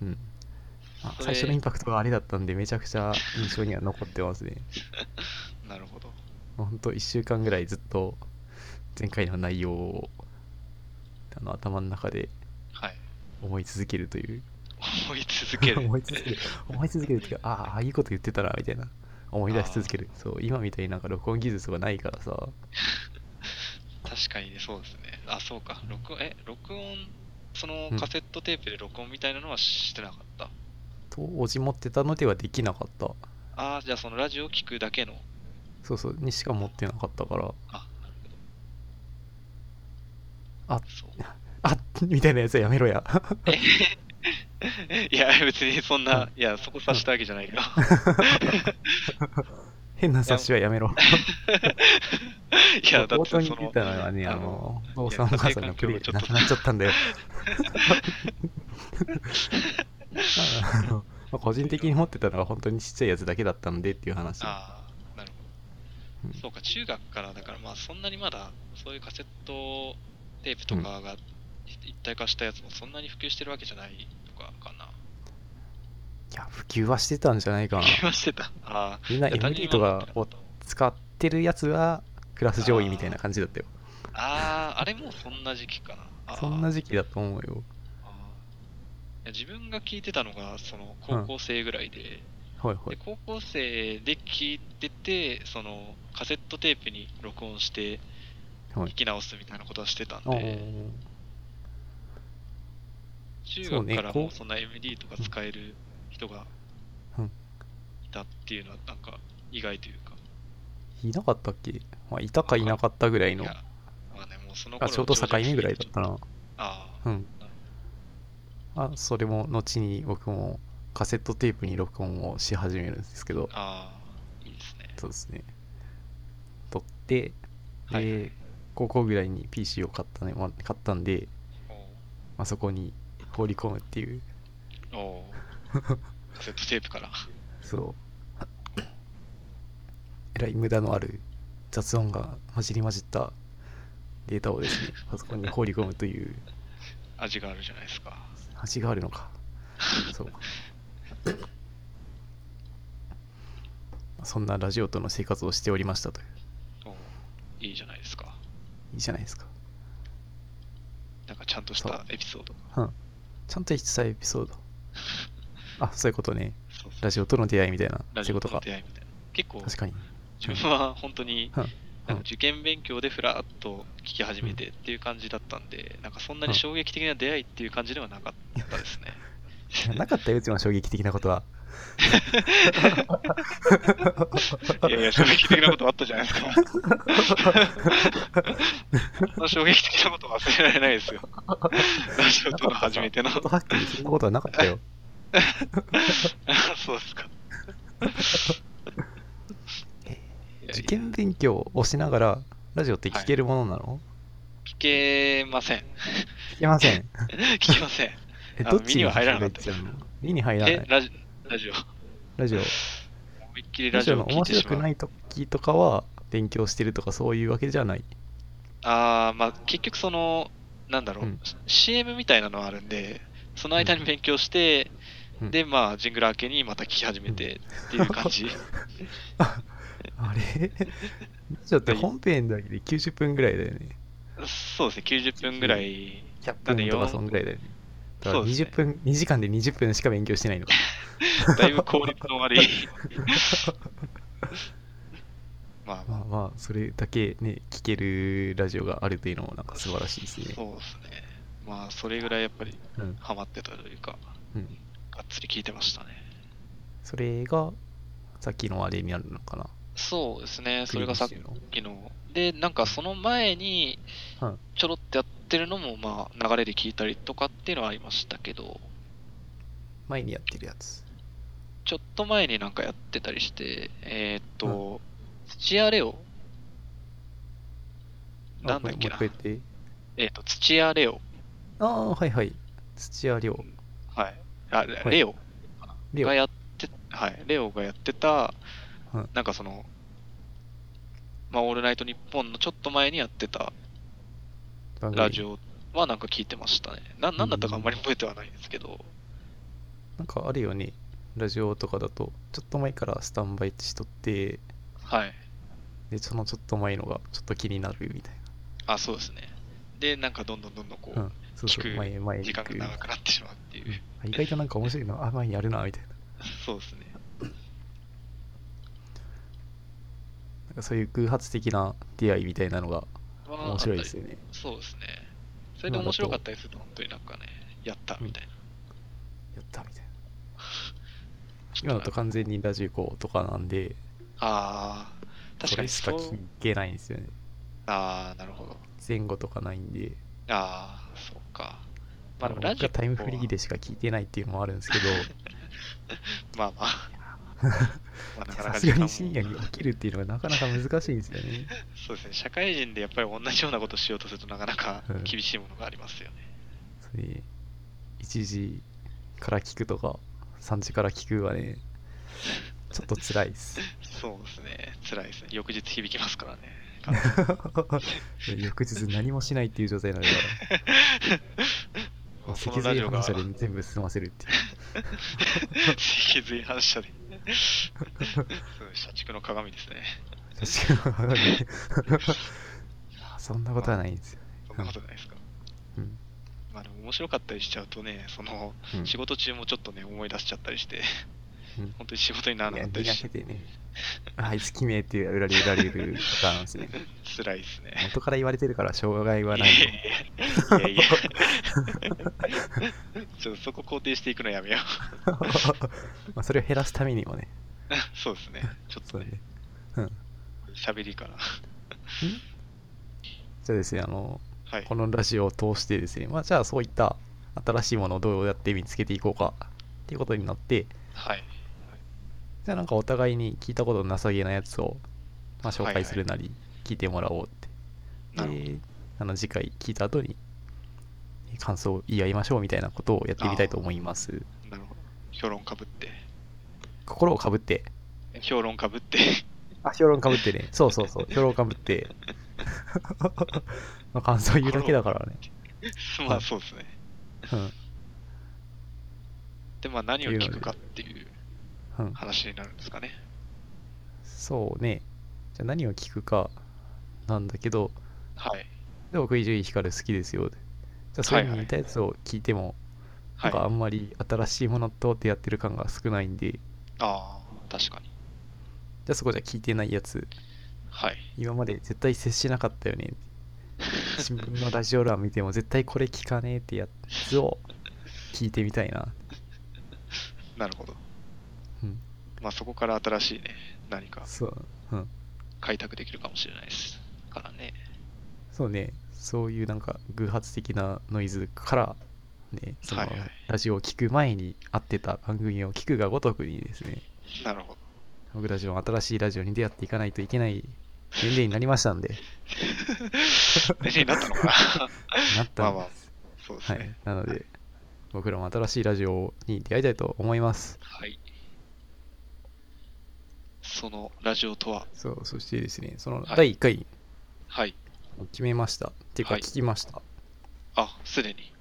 [SPEAKER 1] うんまあ
[SPEAKER 2] それ
[SPEAKER 1] 最初のインパクトがあれだったんでめちゃくちゃ印象には残ってますね
[SPEAKER 2] ど。なるほど。
[SPEAKER 1] もうほんと1週間ぐらいずっと前回の内容をあの頭の中で [LAUGHS]
[SPEAKER 2] はい。
[SPEAKER 1] 思い続けるという
[SPEAKER 2] 思い続ける。
[SPEAKER 1] [LAUGHS] 思い続ける思い続けるっていうかああああいうこと言ってたなみたいな思い出し続けるそう今みたいになんか録音技術がないからさ
[SPEAKER 2] 確かにね、そうですね。あ、そうか。録音、え、録音、そのカセットテープで録音みたいなのはしてなかった。
[SPEAKER 1] 当時持ってたのではできなかった
[SPEAKER 2] ああ、じゃあそのラジオを聞くだけの。
[SPEAKER 1] そうそうにしか持ってなかったから
[SPEAKER 2] あ、なる
[SPEAKER 1] あ
[SPEAKER 2] そう。
[SPEAKER 1] あっみたいなやつはやめろや [LAUGHS]
[SPEAKER 2] [LAUGHS] いや、別にそんな、いや、そこ刺したわけじ [LAUGHS] ゃないけど。
[SPEAKER 1] 変な冊子はやめろ
[SPEAKER 2] いや、だっ
[SPEAKER 1] 冒
[SPEAKER 2] てそ
[SPEAKER 1] 頭
[SPEAKER 2] の
[SPEAKER 1] に言ってたのはね、あ
[SPEAKER 2] あの
[SPEAKER 1] の、お父さんお母さんの距離がなくなっちゃった
[SPEAKER 2] [LAUGHS]
[SPEAKER 1] んだよ。あのまあ個人的に持ってたのが本当にちっちゃいやつだけだったんでっていう話。
[SPEAKER 2] ああ、なるほ
[SPEAKER 1] うん
[SPEAKER 2] ど。そうか、中学から、だからまあそんなにまだ、そういうカセットテープとかが一体化したやつもそんなに普及してるわけじゃないとかかな。
[SPEAKER 1] いや、普及はしてたんじゃないかな。
[SPEAKER 2] 気はしてた。ああ。
[SPEAKER 1] みんな
[SPEAKER 2] だから
[SPEAKER 1] MD とかを使ってるやつはクラス上位みたいな感じだったよ。
[SPEAKER 2] ああ、あれもそんな時期かな。あー
[SPEAKER 1] そんな時期だと思うよ。
[SPEAKER 2] あーいや自分が聞いてたのが、その高校生ぐらいで、
[SPEAKER 1] はいは
[SPEAKER 2] で
[SPEAKER 1] い。
[SPEAKER 2] 高校生で聞いてて、そのカセットテープに録音して、
[SPEAKER 1] は
[SPEAKER 2] 聞
[SPEAKER 1] い
[SPEAKER 2] き直すみたいなことはしてたんで、
[SPEAKER 1] あー
[SPEAKER 2] 中
[SPEAKER 1] そうね
[SPEAKER 2] 学からも
[SPEAKER 1] こう
[SPEAKER 2] そんな MD とか使える人が
[SPEAKER 1] うん
[SPEAKER 2] いたっていうのは、なんか意外というか、
[SPEAKER 1] いなかったっけ、まあ、いたかいなかったぐらいの
[SPEAKER 2] い。やまあね、もうその
[SPEAKER 1] あ
[SPEAKER 2] 頃
[SPEAKER 1] ちょうど境目ぐらいだったな。
[SPEAKER 2] ああ、
[SPEAKER 1] うん。あそれも後に僕もカセットテープに録音をし始めるんですけど、
[SPEAKER 2] ああ、いいですね。
[SPEAKER 1] そうですね。撮って、で、
[SPEAKER 2] はいはい
[SPEAKER 1] 高校ぐらいに PC を買った,、ねまあ、買ったんで、
[SPEAKER 2] お
[SPEAKER 1] まあ、そこに放り込むっていう。
[SPEAKER 2] ーお
[SPEAKER 1] [LAUGHS]
[SPEAKER 2] ーカセットテープから。
[SPEAKER 1] そう。 [COUGHS] えらい無駄のある雑音が混じり混じったデータをですね、パソコンに放り込むという
[SPEAKER 2] 味があるじゃないですか。
[SPEAKER 1] 味があるのか。そうか。そんなラジオとの生活をしておりましたという。
[SPEAKER 2] おーいいじゃないですか。
[SPEAKER 1] いいじゃないですか。
[SPEAKER 2] なんかちゃんとし
[SPEAKER 1] そ
[SPEAKER 2] たエピソード。
[SPEAKER 1] うん。ちゃんと一切エピソード。あ、そういうことね。
[SPEAKER 2] そうそう
[SPEAKER 1] ラジオとの出会いみたいな。そう
[SPEAKER 2] ラ
[SPEAKER 1] い
[SPEAKER 2] ジ
[SPEAKER 1] う
[SPEAKER 2] オ
[SPEAKER 1] こととか
[SPEAKER 2] の。出会いみたいな。結構、
[SPEAKER 1] 確かに。
[SPEAKER 2] 自分は本当に
[SPEAKER 1] うん
[SPEAKER 2] なんか受験勉強でふらっと聞き始めてっていう感じだったんで、なんかそんなに衝撃的な出会いっていう感じではなかったです
[SPEAKER 1] [LAUGHS]
[SPEAKER 2] ね。
[SPEAKER 1] いやなかったよ、うちの衝撃的なことは。
[SPEAKER 2] いやいや、衝撃的なことあったじゃないですか。
[SPEAKER 1] [LAUGHS]
[SPEAKER 2] そんな衝撃的なことは忘れられないですよ。ラジオとの初めての。
[SPEAKER 1] ちょっとはっきりそんなことはなかったよ。
[SPEAKER 2] [LAUGHS] そうですか。いや
[SPEAKER 1] 受験勉強をしながら、ラジオって聞けるものなの、
[SPEAKER 2] 聞けません。 [LAUGHS]
[SPEAKER 1] 聞けません。
[SPEAKER 2] 聞けま
[SPEAKER 1] [LAUGHS]
[SPEAKER 2] せん。
[SPEAKER 1] え、
[SPEAKER 2] あ
[SPEAKER 1] どっち
[SPEAKER 2] 身に
[SPEAKER 1] に
[SPEAKER 2] は入らなかった
[SPEAKER 1] ちゃうの身に入らな
[SPEAKER 2] え
[SPEAKER 1] い、。
[SPEAKER 2] ラジラジオ。
[SPEAKER 1] ラジオ。
[SPEAKER 2] 思いっきり
[SPEAKER 1] ラ
[SPEAKER 2] ラ
[SPEAKER 1] ジ
[SPEAKER 2] ジ
[SPEAKER 1] オ
[SPEAKER 2] オ
[SPEAKER 1] の
[SPEAKER 2] を聞い
[SPEAKER 1] 面
[SPEAKER 2] て
[SPEAKER 1] 白
[SPEAKER 2] しま
[SPEAKER 1] く
[SPEAKER 2] う。
[SPEAKER 1] ない時とかは勉強してるとかそういうわけじゃない。
[SPEAKER 2] ああ、まあ結局その、なんだろう、
[SPEAKER 1] うん
[SPEAKER 2] CM みたいなのはあるんで、その間に勉強して、
[SPEAKER 1] うん
[SPEAKER 2] で、まあ、ジングル明けにまた聞き始めてっていう感じ。
[SPEAKER 1] あれラジオって本編だけで90分ぐらいだよね。
[SPEAKER 2] [LAUGHS] そうですね、90分ぐらい。
[SPEAKER 1] 100分とかそんぐらいだよね。だから
[SPEAKER 2] そうですね
[SPEAKER 1] 20分、2時間で20分しか勉強してないのか。
[SPEAKER 2] だいぶ効率の
[SPEAKER 1] [LAUGHS]
[SPEAKER 2] 悪い。まあ、
[SPEAKER 1] まあまあ、それだけね、聞けるラジオがあるというのもなんか素晴らしいですね。
[SPEAKER 2] そうですね。まあ、それぐらいやっぱり
[SPEAKER 1] うん。
[SPEAKER 2] ハマってたというか、
[SPEAKER 1] うん。
[SPEAKER 2] がっつり聞いてましたね。
[SPEAKER 1] それが、さっきのあれになるのかな。
[SPEAKER 2] そうですね、それがさっ
[SPEAKER 1] クリームシチューの
[SPEAKER 2] きの。で、なんかその前に
[SPEAKER 1] はい、
[SPEAKER 2] ちょろってやってるのも、まあ、流れで聞いたりとかっていうのはありましたけど、
[SPEAKER 1] 前にやってるやつ。
[SPEAKER 2] ちょっと前になんかやってたりして、えーっと、土屋レオ。
[SPEAKER 1] あ
[SPEAKER 2] なんだっけな
[SPEAKER 1] もう一。回言って。
[SPEAKER 2] えーっと、土屋レオ。
[SPEAKER 1] ああ、はいはい。土屋亮。
[SPEAKER 2] はい。あ、
[SPEAKER 1] い
[SPEAKER 2] レオ
[SPEAKER 1] 亮。
[SPEAKER 2] が
[SPEAKER 1] はい
[SPEAKER 2] やって、はい。レオがやってた
[SPEAKER 1] うん、
[SPEAKER 2] なんかその、まあ、オールナイトニッポンのちょっと前にやってたラジオはなんか聞いてましたね。ななんだったかあんまり覚えてはないですけど、
[SPEAKER 1] なんかあるよね、ラジオとかだと、ちょっと前からスタンバイしとって、
[SPEAKER 2] はい。
[SPEAKER 1] で、そのちょっと前のがちょっと気になるみたい
[SPEAKER 2] あ、そうですね。で、なんかどんどんどんどんこ
[SPEAKER 1] な。う、
[SPEAKER 2] うん
[SPEAKER 1] そうそう、
[SPEAKER 2] 聞く
[SPEAKER 1] 前、前、
[SPEAKER 2] 時間が
[SPEAKER 1] 行
[SPEAKER 2] 長くなってしまうっていう。
[SPEAKER 1] く意外となんか面白いな、あ、前にやるな、みたいな。
[SPEAKER 2] そうですね。
[SPEAKER 1] なんかそういう偶発的な出会いみたいなのが
[SPEAKER 2] は
[SPEAKER 1] 面白いですよね。
[SPEAKER 2] あったりそうですね。それで面白かったりすると、本当になんかね、やったみたいな。
[SPEAKER 1] やった、みたいな。
[SPEAKER 2] ちょっ
[SPEAKER 1] 今
[SPEAKER 2] と
[SPEAKER 1] だと完全にラジコとかなんで、
[SPEAKER 2] ああ、確
[SPEAKER 1] そ
[SPEAKER 2] か
[SPEAKER 1] れ
[SPEAKER 2] に
[SPEAKER 1] し
[SPEAKER 2] そ
[SPEAKER 1] か
[SPEAKER 2] う。
[SPEAKER 1] 聞けないんですよね。
[SPEAKER 2] ああ、なるほど。
[SPEAKER 1] 前後とかないんで、
[SPEAKER 2] ああ、そうか。まあでも
[SPEAKER 1] 僕
[SPEAKER 2] ラジオ
[SPEAKER 1] はタイムフリー
[SPEAKER 2] で。
[SPEAKER 1] でしか聞いてないっていうのもあるんですけど、 [LAUGHS]
[SPEAKER 2] まあまあ。まあ [LAUGHS] なかな
[SPEAKER 1] さ
[SPEAKER 2] か
[SPEAKER 1] す
[SPEAKER 2] 時
[SPEAKER 1] が
[SPEAKER 2] 間も
[SPEAKER 1] に深夜に起きるっていうのがなかなか難しいんですよね。
[SPEAKER 2] そうですね、社会人でやっぱり同じようなことをしようとするとなかなか
[SPEAKER 1] うん
[SPEAKER 2] 厳しいものがありますよね。
[SPEAKER 1] それ1時から聞くとか3時から聞くはねちょっと辛いっす [LAUGHS]
[SPEAKER 2] そうですね、辛いですね。翌日響きますからね。
[SPEAKER 1] 翌日何もしないっていう状態になるからもう
[SPEAKER 2] そ
[SPEAKER 1] 脊
[SPEAKER 2] のラ
[SPEAKER 1] 髄
[SPEAKER 2] ジオが
[SPEAKER 1] 反射で全部済ませるっていう [LAUGHS]
[SPEAKER 2] 脊髄反射で。そう社畜の鏡ですね。 [LAUGHS]
[SPEAKER 1] 確かに [LAUGHS] そんなことはないんですよ、
[SPEAKER 2] そんなことないですか。
[SPEAKER 1] うん
[SPEAKER 2] まあでも面白かったりしちゃうとね、その
[SPEAKER 1] うん、
[SPEAKER 2] 仕事中もちょっとね、思い出しちゃったりして、
[SPEAKER 1] うん
[SPEAKER 2] 本当に仕事になら
[SPEAKER 1] い
[SPEAKER 2] な
[SPEAKER 1] や
[SPEAKER 2] かっ
[SPEAKER 1] 見
[SPEAKER 2] たり
[SPEAKER 1] ら
[SPEAKER 2] し
[SPEAKER 1] せ、てねあいつ決めって言られられるパターンですね
[SPEAKER 2] 辛いですね。
[SPEAKER 1] 元から言われてるから障害はないい
[SPEAKER 2] やいやいやいや [LAUGHS] ちょっとそこ肯定していくのやめよう。
[SPEAKER 1] と [LAUGHS] まあそれを減らすためにもね
[SPEAKER 2] そう [LAUGHS] ですね。ちょっ
[SPEAKER 1] そ
[SPEAKER 2] と
[SPEAKER 1] れ
[SPEAKER 2] ね
[SPEAKER 1] で、うん
[SPEAKER 2] 喋りから。
[SPEAKER 1] じゃあですね、あの、
[SPEAKER 2] はい
[SPEAKER 1] こ。のラジオを通してですね、まあ、じゃあそういった新しいものをどうやって見つけていこうかっていうことになって、
[SPEAKER 2] はい。
[SPEAKER 1] じゃあなんかお互いに聞いたことのなさげなやつを、まあ、紹
[SPEAKER 2] はいはい
[SPEAKER 1] 介するなり、聞いてもらおうって。
[SPEAKER 2] なるほど
[SPEAKER 1] で、あの次回聞いた後に、感想を言い合いましょうみたいなことをやってみたいと思います。
[SPEAKER 2] なるほど。評論かぶって。
[SPEAKER 1] 心をかぶって、
[SPEAKER 2] 評論かぶって。 [LAUGHS]
[SPEAKER 1] あ、評論かぶってね。 [LAUGHS] そうそうそう、評論かぶって。 [LAUGHS] まあ感想言うだけだからね。
[SPEAKER 2] まあそうですね。
[SPEAKER 1] うん。
[SPEAKER 2] で、まあ何を聞くかっていう
[SPEAKER 1] うん、
[SPEAKER 2] 話になるんですかね。
[SPEAKER 1] そうね。じゃあ何を聞くかなんだけど、
[SPEAKER 2] はい。
[SPEAKER 1] で僕伊集院光好きですよ。じゃあそれに似たやつを聞いても、
[SPEAKER 2] はい。
[SPEAKER 1] なんかあ
[SPEAKER 2] あ
[SPEAKER 1] んまり新しいものと出会ってる感が少ないんで、じ
[SPEAKER 2] あー、確かに。
[SPEAKER 1] ゃあそこじゃ聞いてないやつ、
[SPEAKER 2] はい。 [LAUGHS]
[SPEAKER 1] 今まで絶対接しなかったよね。新聞のラジオ欄見ても絶対これ聞かねえってやつを聞いてみたいな。
[SPEAKER 2] なるほど。
[SPEAKER 1] うん。
[SPEAKER 2] まあそこから新しいね、何か
[SPEAKER 1] そう、うん。
[SPEAKER 2] 開拓できるかもしれないですからね。
[SPEAKER 1] そうね。そういうなんか偶発的なノイズから、ね、その
[SPEAKER 2] はいはい
[SPEAKER 1] ラジオを聞く前に会ってた番組を聞くがごとくにですね、
[SPEAKER 2] なるほど。
[SPEAKER 1] 僕たちも新しいラジオに出会っていかないといけない年齢になりましたん
[SPEAKER 2] [LAUGHS]
[SPEAKER 1] で、
[SPEAKER 2] 年になったの
[SPEAKER 1] [LAUGHS]
[SPEAKER 2] かな
[SPEAKER 1] なったんです。
[SPEAKER 2] そうです
[SPEAKER 1] はい
[SPEAKER 2] ね。。
[SPEAKER 1] なので、僕らも新しいラジオに出会いたいと思います。
[SPEAKER 2] はい。そのラジオとは、
[SPEAKER 1] そう、そしてですね、その
[SPEAKER 2] はい
[SPEAKER 1] 第1回
[SPEAKER 2] はい。
[SPEAKER 1] を決めました。っていうか、
[SPEAKER 2] はい
[SPEAKER 1] 聞きました。
[SPEAKER 2] あ、すでに。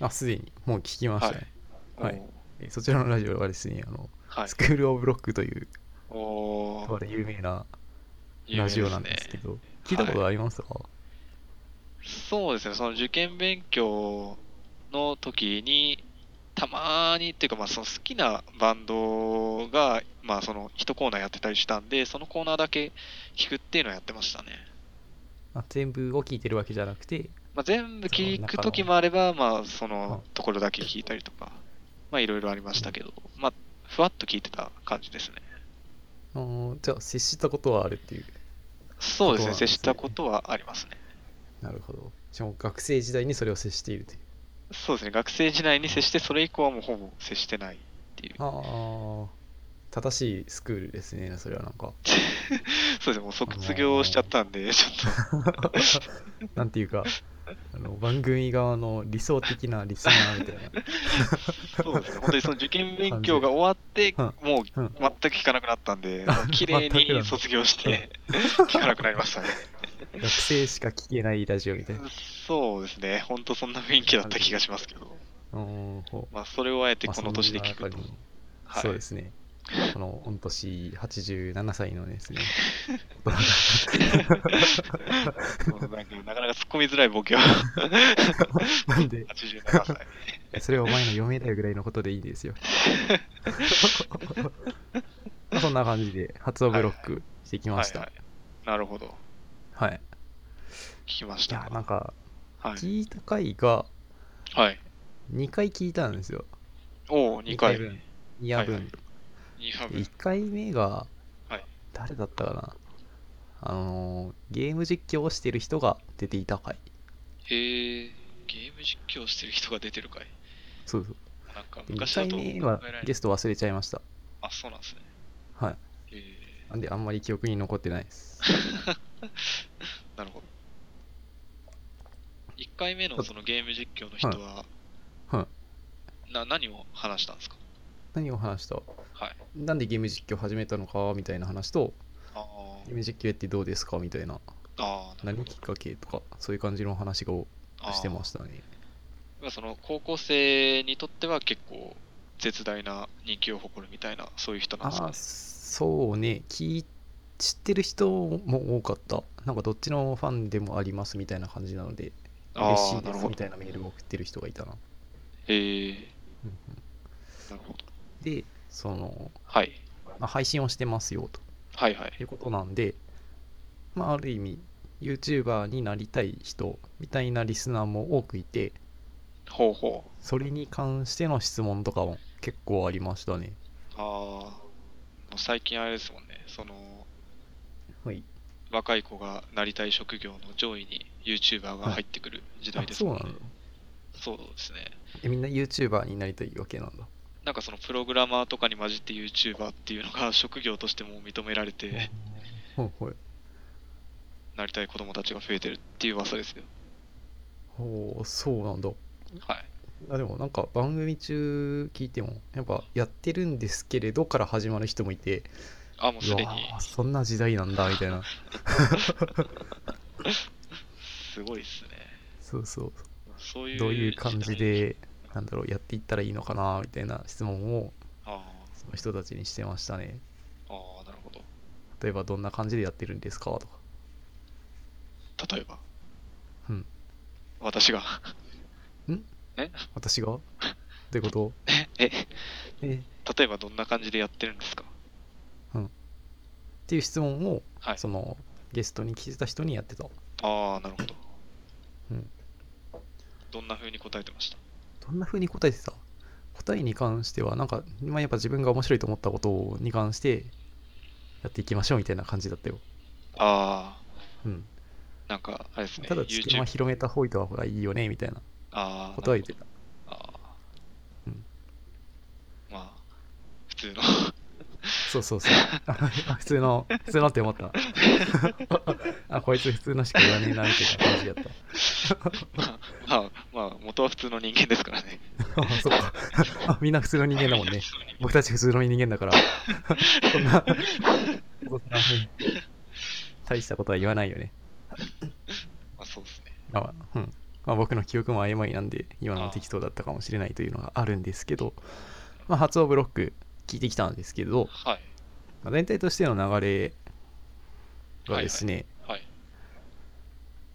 [SPEAKER 1] あ、すでに、もう聞きましたね。はい
[SPEAKER 2] おー
[SPEAKER 1] えそちらのラジオはですね、あの、
[SPEAKER 2] はい
[SPEAKER 1] ス。クール・オブ・ロックという、
[SPEAKER 2] お
[SPEAKER 1] とあ
[SPEAKER 2] ー
[SPEAKER 1] る有名な
[SPEAKER 2] 有名
[SPEAKER 1] ラジオなんですけ
[SPEAKER 2] ね。
[SPEAKER 1] ど、聞いたことありますか、
[SPEAKER 2] そうですね。その受験勉強の時に、たまにっていうか、まあ、その好きなバンドが、まあ、その一コーナーやってたりしたんで、そのコーナーだけ聞くっていうのをやってましたね。
[SPEAKER 1] あ全部を聞いてるわけじゃなくて、
[SPEAKER 2] まあ、全部聞くときもあれば、まあ、そのところだけ聞いたりとか、まあ、いろいろありましたけど、まあ、ふわっと聞いてた感じですね。
[SPEAKER 1] あのじゃあ接したことはあるっていう。
[SPEAKER 2] そうで
[SPEAKER 1] ことなん
[SPEAKER 2] すね、
[SPEAKER 1] ですね
[SPEAKER 2] 接したことはありますね。
[SPEAKER 1] なるほど。しかも学生時代にそれを接しているという。
[SPEAKER 2] そうですね、学生時代に接して、それ以降はもうほぼ接してないっていう。
[SPEAKER 1] ああ、正しいスクールですね、それはなん
[SPEAKER 2] [LAUGHS]
[SPEAKER 1] か。
[SPEAKER 2] そうですね、もう卒業しちゃったんで、ちょっと、
[SPEAKER 1] なんていうか、あの番組側の理想的なリスナーみたい
[SPEAKER 2] [LAUGHS]
[SPEAKER 1] な。
[SPEAKER 2] そうですね、本当にその受験勉強が終わ [LAUGHS] って、
[SPEAKER 1] うん
[SPEAKER 2] もう
[SPEAKER 1] うん
[SPEAKER 2] 全く聞かなくなったん [LAUGHS] で
[SPEAKER 1] あ、
[SPEAKER 2] 綺
[SPEAKER 1] 全
[SPEAKER 2] 麗
[SPEAKER 1] くなん
[SPEAKER 2] に
[SPEAKER 1] だ
[SPEAKER 2] 卒業して、聞かなくなりましたね。
[SPEAKER 1] 学生しか聞けないラジオみたいな。
[SPEAKER 2] そうですね、本当そんな雰囲気だった気がしますけど。
[SPEAKER 1] うんほう
[SPEAKER 2] まあ、それをあえて
[SPEAKER 1] まあ
[SPEAKER 2] この年で聞
[SPEAKER 1] そん
[SPEAKER 2] く
[SPEAKER 1] な
[SPEAKER 2] と
[SPEAKER 1] 中。に
[SPEAKER 2] はい
[SPEAKER 1] そうですね。この御年87歳のです
[SPEAKER 2] [LAUGHS]
[SPEAKER 1] ね。
[SPEAKER 2] [LAUGHS] もうなんかなかなか突っ込みづらいボ
[SPEAKER 1] [LAUGHS]
[SPEAKER 2] ケを。
[SPEAKER 1] なんで、
[SPEAKER 2] 87歳。
[SPEAKER 1] それはお前の嫁だよぐらいのことでいいです
[SPEAKER 2] [LAUGHS]
[SPEAKER 1] よ。まあそんな感じで、初オブロックしてきました。
[SPEAKER 2] はいはいなるほど。
[SPEAKER 1] はい、い。
[SPEAKER 2] 聞きました。
[SPEAKER 1] や、なんか、
[SPEAKER 2] はい。
[SPEAKER 1] 聞いた回が
[SPEAKER 2] はい、
[SPEAKER 1] 2回聞いたんですよ。
[SPEAKER 2] おお、2
[SPEAKER 1] 二
[SPEAKER 2] 回。
[SPEAKER 1] 分。2夜分。
[SPEAKER 2] はいはい二回分
[SPEAKER 1] 1回目が
[SPEAKER 2] はい、
[SPEAKER 1] 誰だったかな、あのーゲーム実況をしてる人が出ていた回。
[SPEAKER 2] へーゲーム実況してる人が出てるかい。
[SPEAKER 1] そうそう。
[SPEAKER 2] なんか
[SPEAKER 1] で
[SPEAKER 2] 昔だ
[SPEAKER 1] 2
[SPEAKER 2] と
[SPEAKER 1] 回目は
[SPEAKER 2] 考えられない
[SPEAKER 1] ゲスト忘れちゃいました。
[SPEAKER 2] あ、そうなんですね。
[SPEAKER 1] はい。
[SPEAKER 2] え
[SPEAKER 1] なんであんまり記憶に残ってない
[SPEAKER 2] [LAUGHS]
[SPEAKER 1] です。
[SPEAKER 2] ーなるほど。1回目のそのゲーム実況の人は、
[SPEAKER 1] は
[SPEAKER 2] な何を話したんですか
[SPEAKER 1] 何を話した
[SPEAKER 2] はい。
[SPEAKER 1] なんでゲーム実況始めたのかみたいな話と、
[SPEAKER 2] あ
[SPEAKER 1] ゲーム実況やってどうですかみたいな、
[SPEAKER 2] ーあー、な
[SPEAKER 1] 何
[SPEAKER 2] るほ
[SPEAKER 1] きっかけとか、そういう感じの話を
[SPEAKER 2] ど。
[SPEAKER 1] してま
[SPEAKER 2] し
[SPEAKER 1] したね。
[SPEAKER 2] た。その高校生にとっては結構絶大な人気を誇るみたいな、そういう人なん
[SPEAKER 1] あ
[SPEAKER 2] ですか
[SPEAKER 1] あ
[SPEAKER 2] ね
[SPEAKER 1] ー、。そうね。聞い知ってる人も多かった。なんかどっちのファンでもありますみたいな感じなので、
[SPEAKER 2] あ
[SPEAKER 1] 嬉
[SPEAKER 2] あ
[SPEAKER 1] しい
[SPEAKER 2] ー、な
[SPEAKER 1] で
[SPEAKER 2] る
[SPEAKER 1] す
[SPEAKER 2] ほ
[SPEAKER 1] み
[SPEAKER 2] ど。
[SPEAKER 1] たいなメールを送ってる人がいたな。
[SPEAKER 2] ええ
[SPEAKER 1] うん
[SPEAKER 2] なるほど。
[SPEAKER 1] うんで、その、
[SPEAKER 2] はい。
[SPEAKER 1] まあ、配信をしてますよと
[SPEAKER 2] はいはい。
[SPEAKER 1] いうことなんで、まあ、ある意味、YouTuber になりたい人みたいなリスナーも多くいて、
[SPEAKER 2] ほうほう。
[SPEAKER 1] それに関しての質問とかも結構ありましたね。
[SPEAKER 2] ああ、もう最近あれですもんね。その、
[SPEAKER 1] はい。
[SPEAKER 2] 若い子がなりたい職業の上位に YouTuber が入ってくる時代
[SPEAKER 1] あ
[SPEAKER 2] です
[SPEAKER 1] そう
[SPEAKER 2] もん
[SPEAKER 1] な
[SPEAKER 2] ね。
[SPEAKER 1] の
[SPEAKER 2] そうですね。
[SPEAKER 1] えみんな YouTuber になりたいわけなんだ。
[SPEAKER 2] なんかそのプログラマーとかに混じって YouTuber っていうのが職業としても認められて、
[SPEAKER 1] ほうほう
[SPEAKER 2] なりたい子供たちが増えてるっていう噂ですよ。
[SPEAKER 1] ほう、そうなんだ。
[SPEAKER 2] はい。
[SPEAKER 1] あでもなんか番組中聞いても、やっぱやってるんですけれどから始まる人もいて、
[SPEAKER 2] あ、もう
[SPEAKER 1] う
[SPEAKER 2] す
[SPEAKER 1] わ
[SPEAKER 2] でに、
[SPEAKER 1] ーそんな時代なんだみたい
[SPEAKER 2] [LAUGHS]
[SPEAKER 1] な。
[SPEAKER 2] すごいですね。
[SPEAKER 1] そうそう。
[SPEAKER 2] そういう。
[SPEAKER 1] どういう感じ。で、なんだろう、やっていったらいいのかなみたいな質問を
[SPEAKER 2] あ
[SPEAKER 1] その人たちにしてましたね。
[SPEAKER 2] あ、ああ、なるほど。
[SPEAKER 1] 例えばどんな感じでやってるんですかとか。
[SPEAKER 2] 例えば。
[SPEAKER 1] うん。
[SPEAKER 2] 私が。 [LAUGHS]
[SPEAKER 1] 私がどういうこと
[SPEAKER 2] え、
[SPEAKER 1] え
[SPEAKER 2] 例 [LAUGHS] えばどんな感じでやってるんですか
[SPEAKER 1] っていう質問を、
[SPEAKER 2] はい
[SPEAKER 1] そのゲストに聞いた人にやってた。
[SPEAKER 2] ああ、なるほど。
[SPEAKER 1] うん
[SPEAKER 2] どんな風に答えてました
[SPEAKER 1] どんな風に答えてた答えに関しては、なんか、まあ、やっぱ自分が面白いと思ったことに関して、やっていきましょうみたいな感じだったよ。
[SPEAKER 2] あ
[SPEAKER 1] うん。
[SPEAKER 2] あ、なんか、あれですね。
[SPEAKER 1] ただ、知見は
[SPEAKER 2] YouTube。
[SPEAKER 1] 広めた方がいいよね、みたいな
[SPEAKER 2] ああ、
[SPEAKER 1] ことは言ってた。
[SPEAKER 2] なるほどあー
[SPEAKER 1] うん
[SPEAKER 2] まあ、普通の。 [LAUGHS]
[SPEAKER 1] そうそうそう。あ普通の、普通のって思
[SPEAKER 2] [LAUGHS]
[SPEAKER 1] った。あ、こいつ普通のしか言わねえな、みたいな感じやった。
[SPEAKER 2] まあ、まあ、元は普通の人間ですからね。
[SPEAKER 1] あそっか。あみんな普通の人間だもんね。僕たち普通の人間だから。そんな、そんな大したことは言わないよね。
[SPEAKER 2] [LAUGHS] まあ、そうですね。
[SPEAKER 1] まあ、うん。まあ、僕の記憶も曖昧なんで、今のは適当だったかもしれないというのがあるんですけど、まあ、発音ブロック聞いてきたんですけど、
[SPEAKER 2] はい。
[SPEAKER 1] まあ、全体としての流れがですね、
[SPEAKER 2] はい。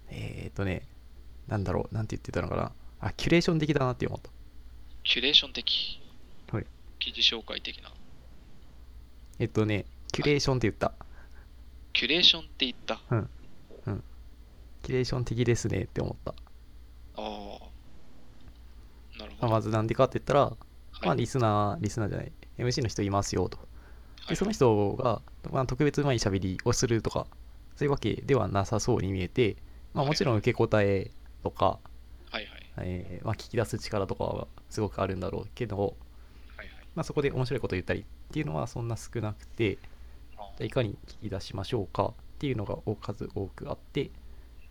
[SPEAKER 1] えっ、ー、とね、なんだろう、なんて言ってたのかな。あ、キュレーション的だなって思った。
[SPEAKER 2] キュレーション的。
[SPEAKER 1] はい。
[SPEAKER 2] 記事紹介的な。
[SPEAKER 1] えっとね、キュレーションって言った。
[SPEAKER 2] キュレーションって言った。
[SPEAKER 1] キュレーション的ですねって思った。
[SPEAKER 2] ああ。なる
[SPEAKER 1] まあ
[SPEAKER 2] ほど。
[SPEAKER 1] まずなんでかって言ったら、まあ
[SPEAKER 2] はい
[SPEAKER 1] リスナー、リスナーじゃない、MC の人いますよと。
[SPEAKER 2] は
[SPEAKER 1] で、
[SPEAKER 2] い
[SPEAKER 1] その人が、まあ、特別うまい喋りをするとか、そういうわけではなさそうに見えて、まあもちろん受け答えとか、
[SPEAKER 2] はいはい。
[SPEAKER 1] えーまあ聞き出す力とかはすごくあるんだろうけど、
[SPEAKER 2] はいはい。
[SPEAKER 1] まあそこで面白いこと言ったりっていうのはそんな少なくて、
[SPEAKER 2] あ
[SPEAKER 1] じゃあいかに聞き出しましょうかっていうのがお数多くあって
[SPEAKER 2] ー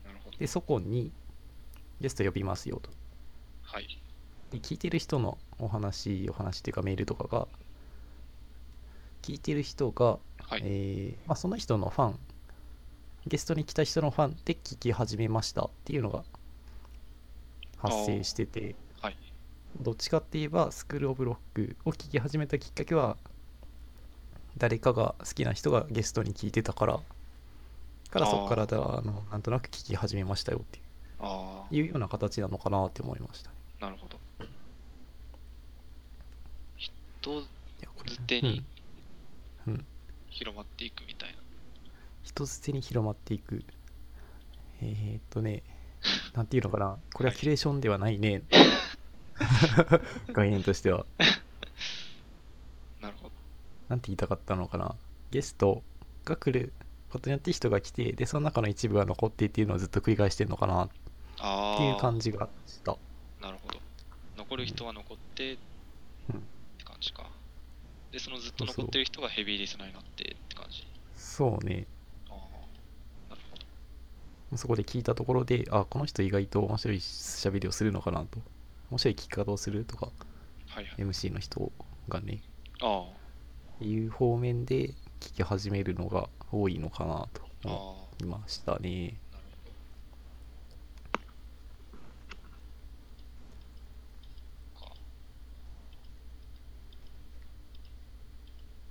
[SPEAKER 2] なるほど。
[SPEAKER 1] でそこにゲスト呼びますよと
[SPEAKER 2] はい。
[SPEAKER 1] で聞いてる人のお話お話っていうかメールとかが聞いてる人が、
[SPEAKER 2] はい。
[SPEAKER 1] えーまあ、その人のファンゲストに来た人のファンで聞き始めましたっていうのが発生してて
[SPEAKER 2] はい。
[SPEAKER 1] どっちかって言えばスクール・オブ・ロックを聞き始めたきっかけは誰かが好きな人がゲストに聞いてたからから
[SPEAKER 2] あー
[SPEAKER 1] そこからだあのなんとなく聞き始めましたよって
[SPEAKER 2] あ
[SPEAKER 1] いうような形なのかなって思いましたね。
[SPEAKER 2] あ、なるほど。人
[SPEAKER 1] いやこ
[SPEAKER 2] づてに
[SPEAKER 1] うんうん
[SPEAKER 2] 広まっていくみたいな。
[SPEAKER 1] 人捨てに広まっていくえー、っと [LAUGHS] ねなんていうのかなこれはキュレーションではないね [LAUGHS] 概念としては
[SPEAKER 2] なるほど。
[SPEAKER 1] なんて言いたかったのかなゲストが来ることによって人が来てでその中の一部が残ってっていうのをずっと繰り返してるのかなって
[SPEAKER 2] ああ、
[SPEAKER 1] いう感じがした
[SPEAKER 2] なるほど。残る人は残って、って感じか。で、そのずっと残ってる人がヘビーリスナーになってって感じ。
[SPEAKER 1] そうね。
[SPEAKER 2] ああ、なるほど。
[SPEAKER 1] そこで聞いたところで、あ、この人意外と面白い喋りをするのかなと。面白い聞き方をするとか、
[SPEAKER 2] はいはい。
[SPEAKER 1] MC の人がね、
[SPEAKER 2] あ
[SPEAKER 1] いう方面で聞き始めるのが多いのかなと
[SPEAKER 2] あ、ああ、なる
[SPEAKER 1] 思
[SPEAKER 2] ほ
[SPEAKER 1] いましたね。
[SPEAKER 2] ど。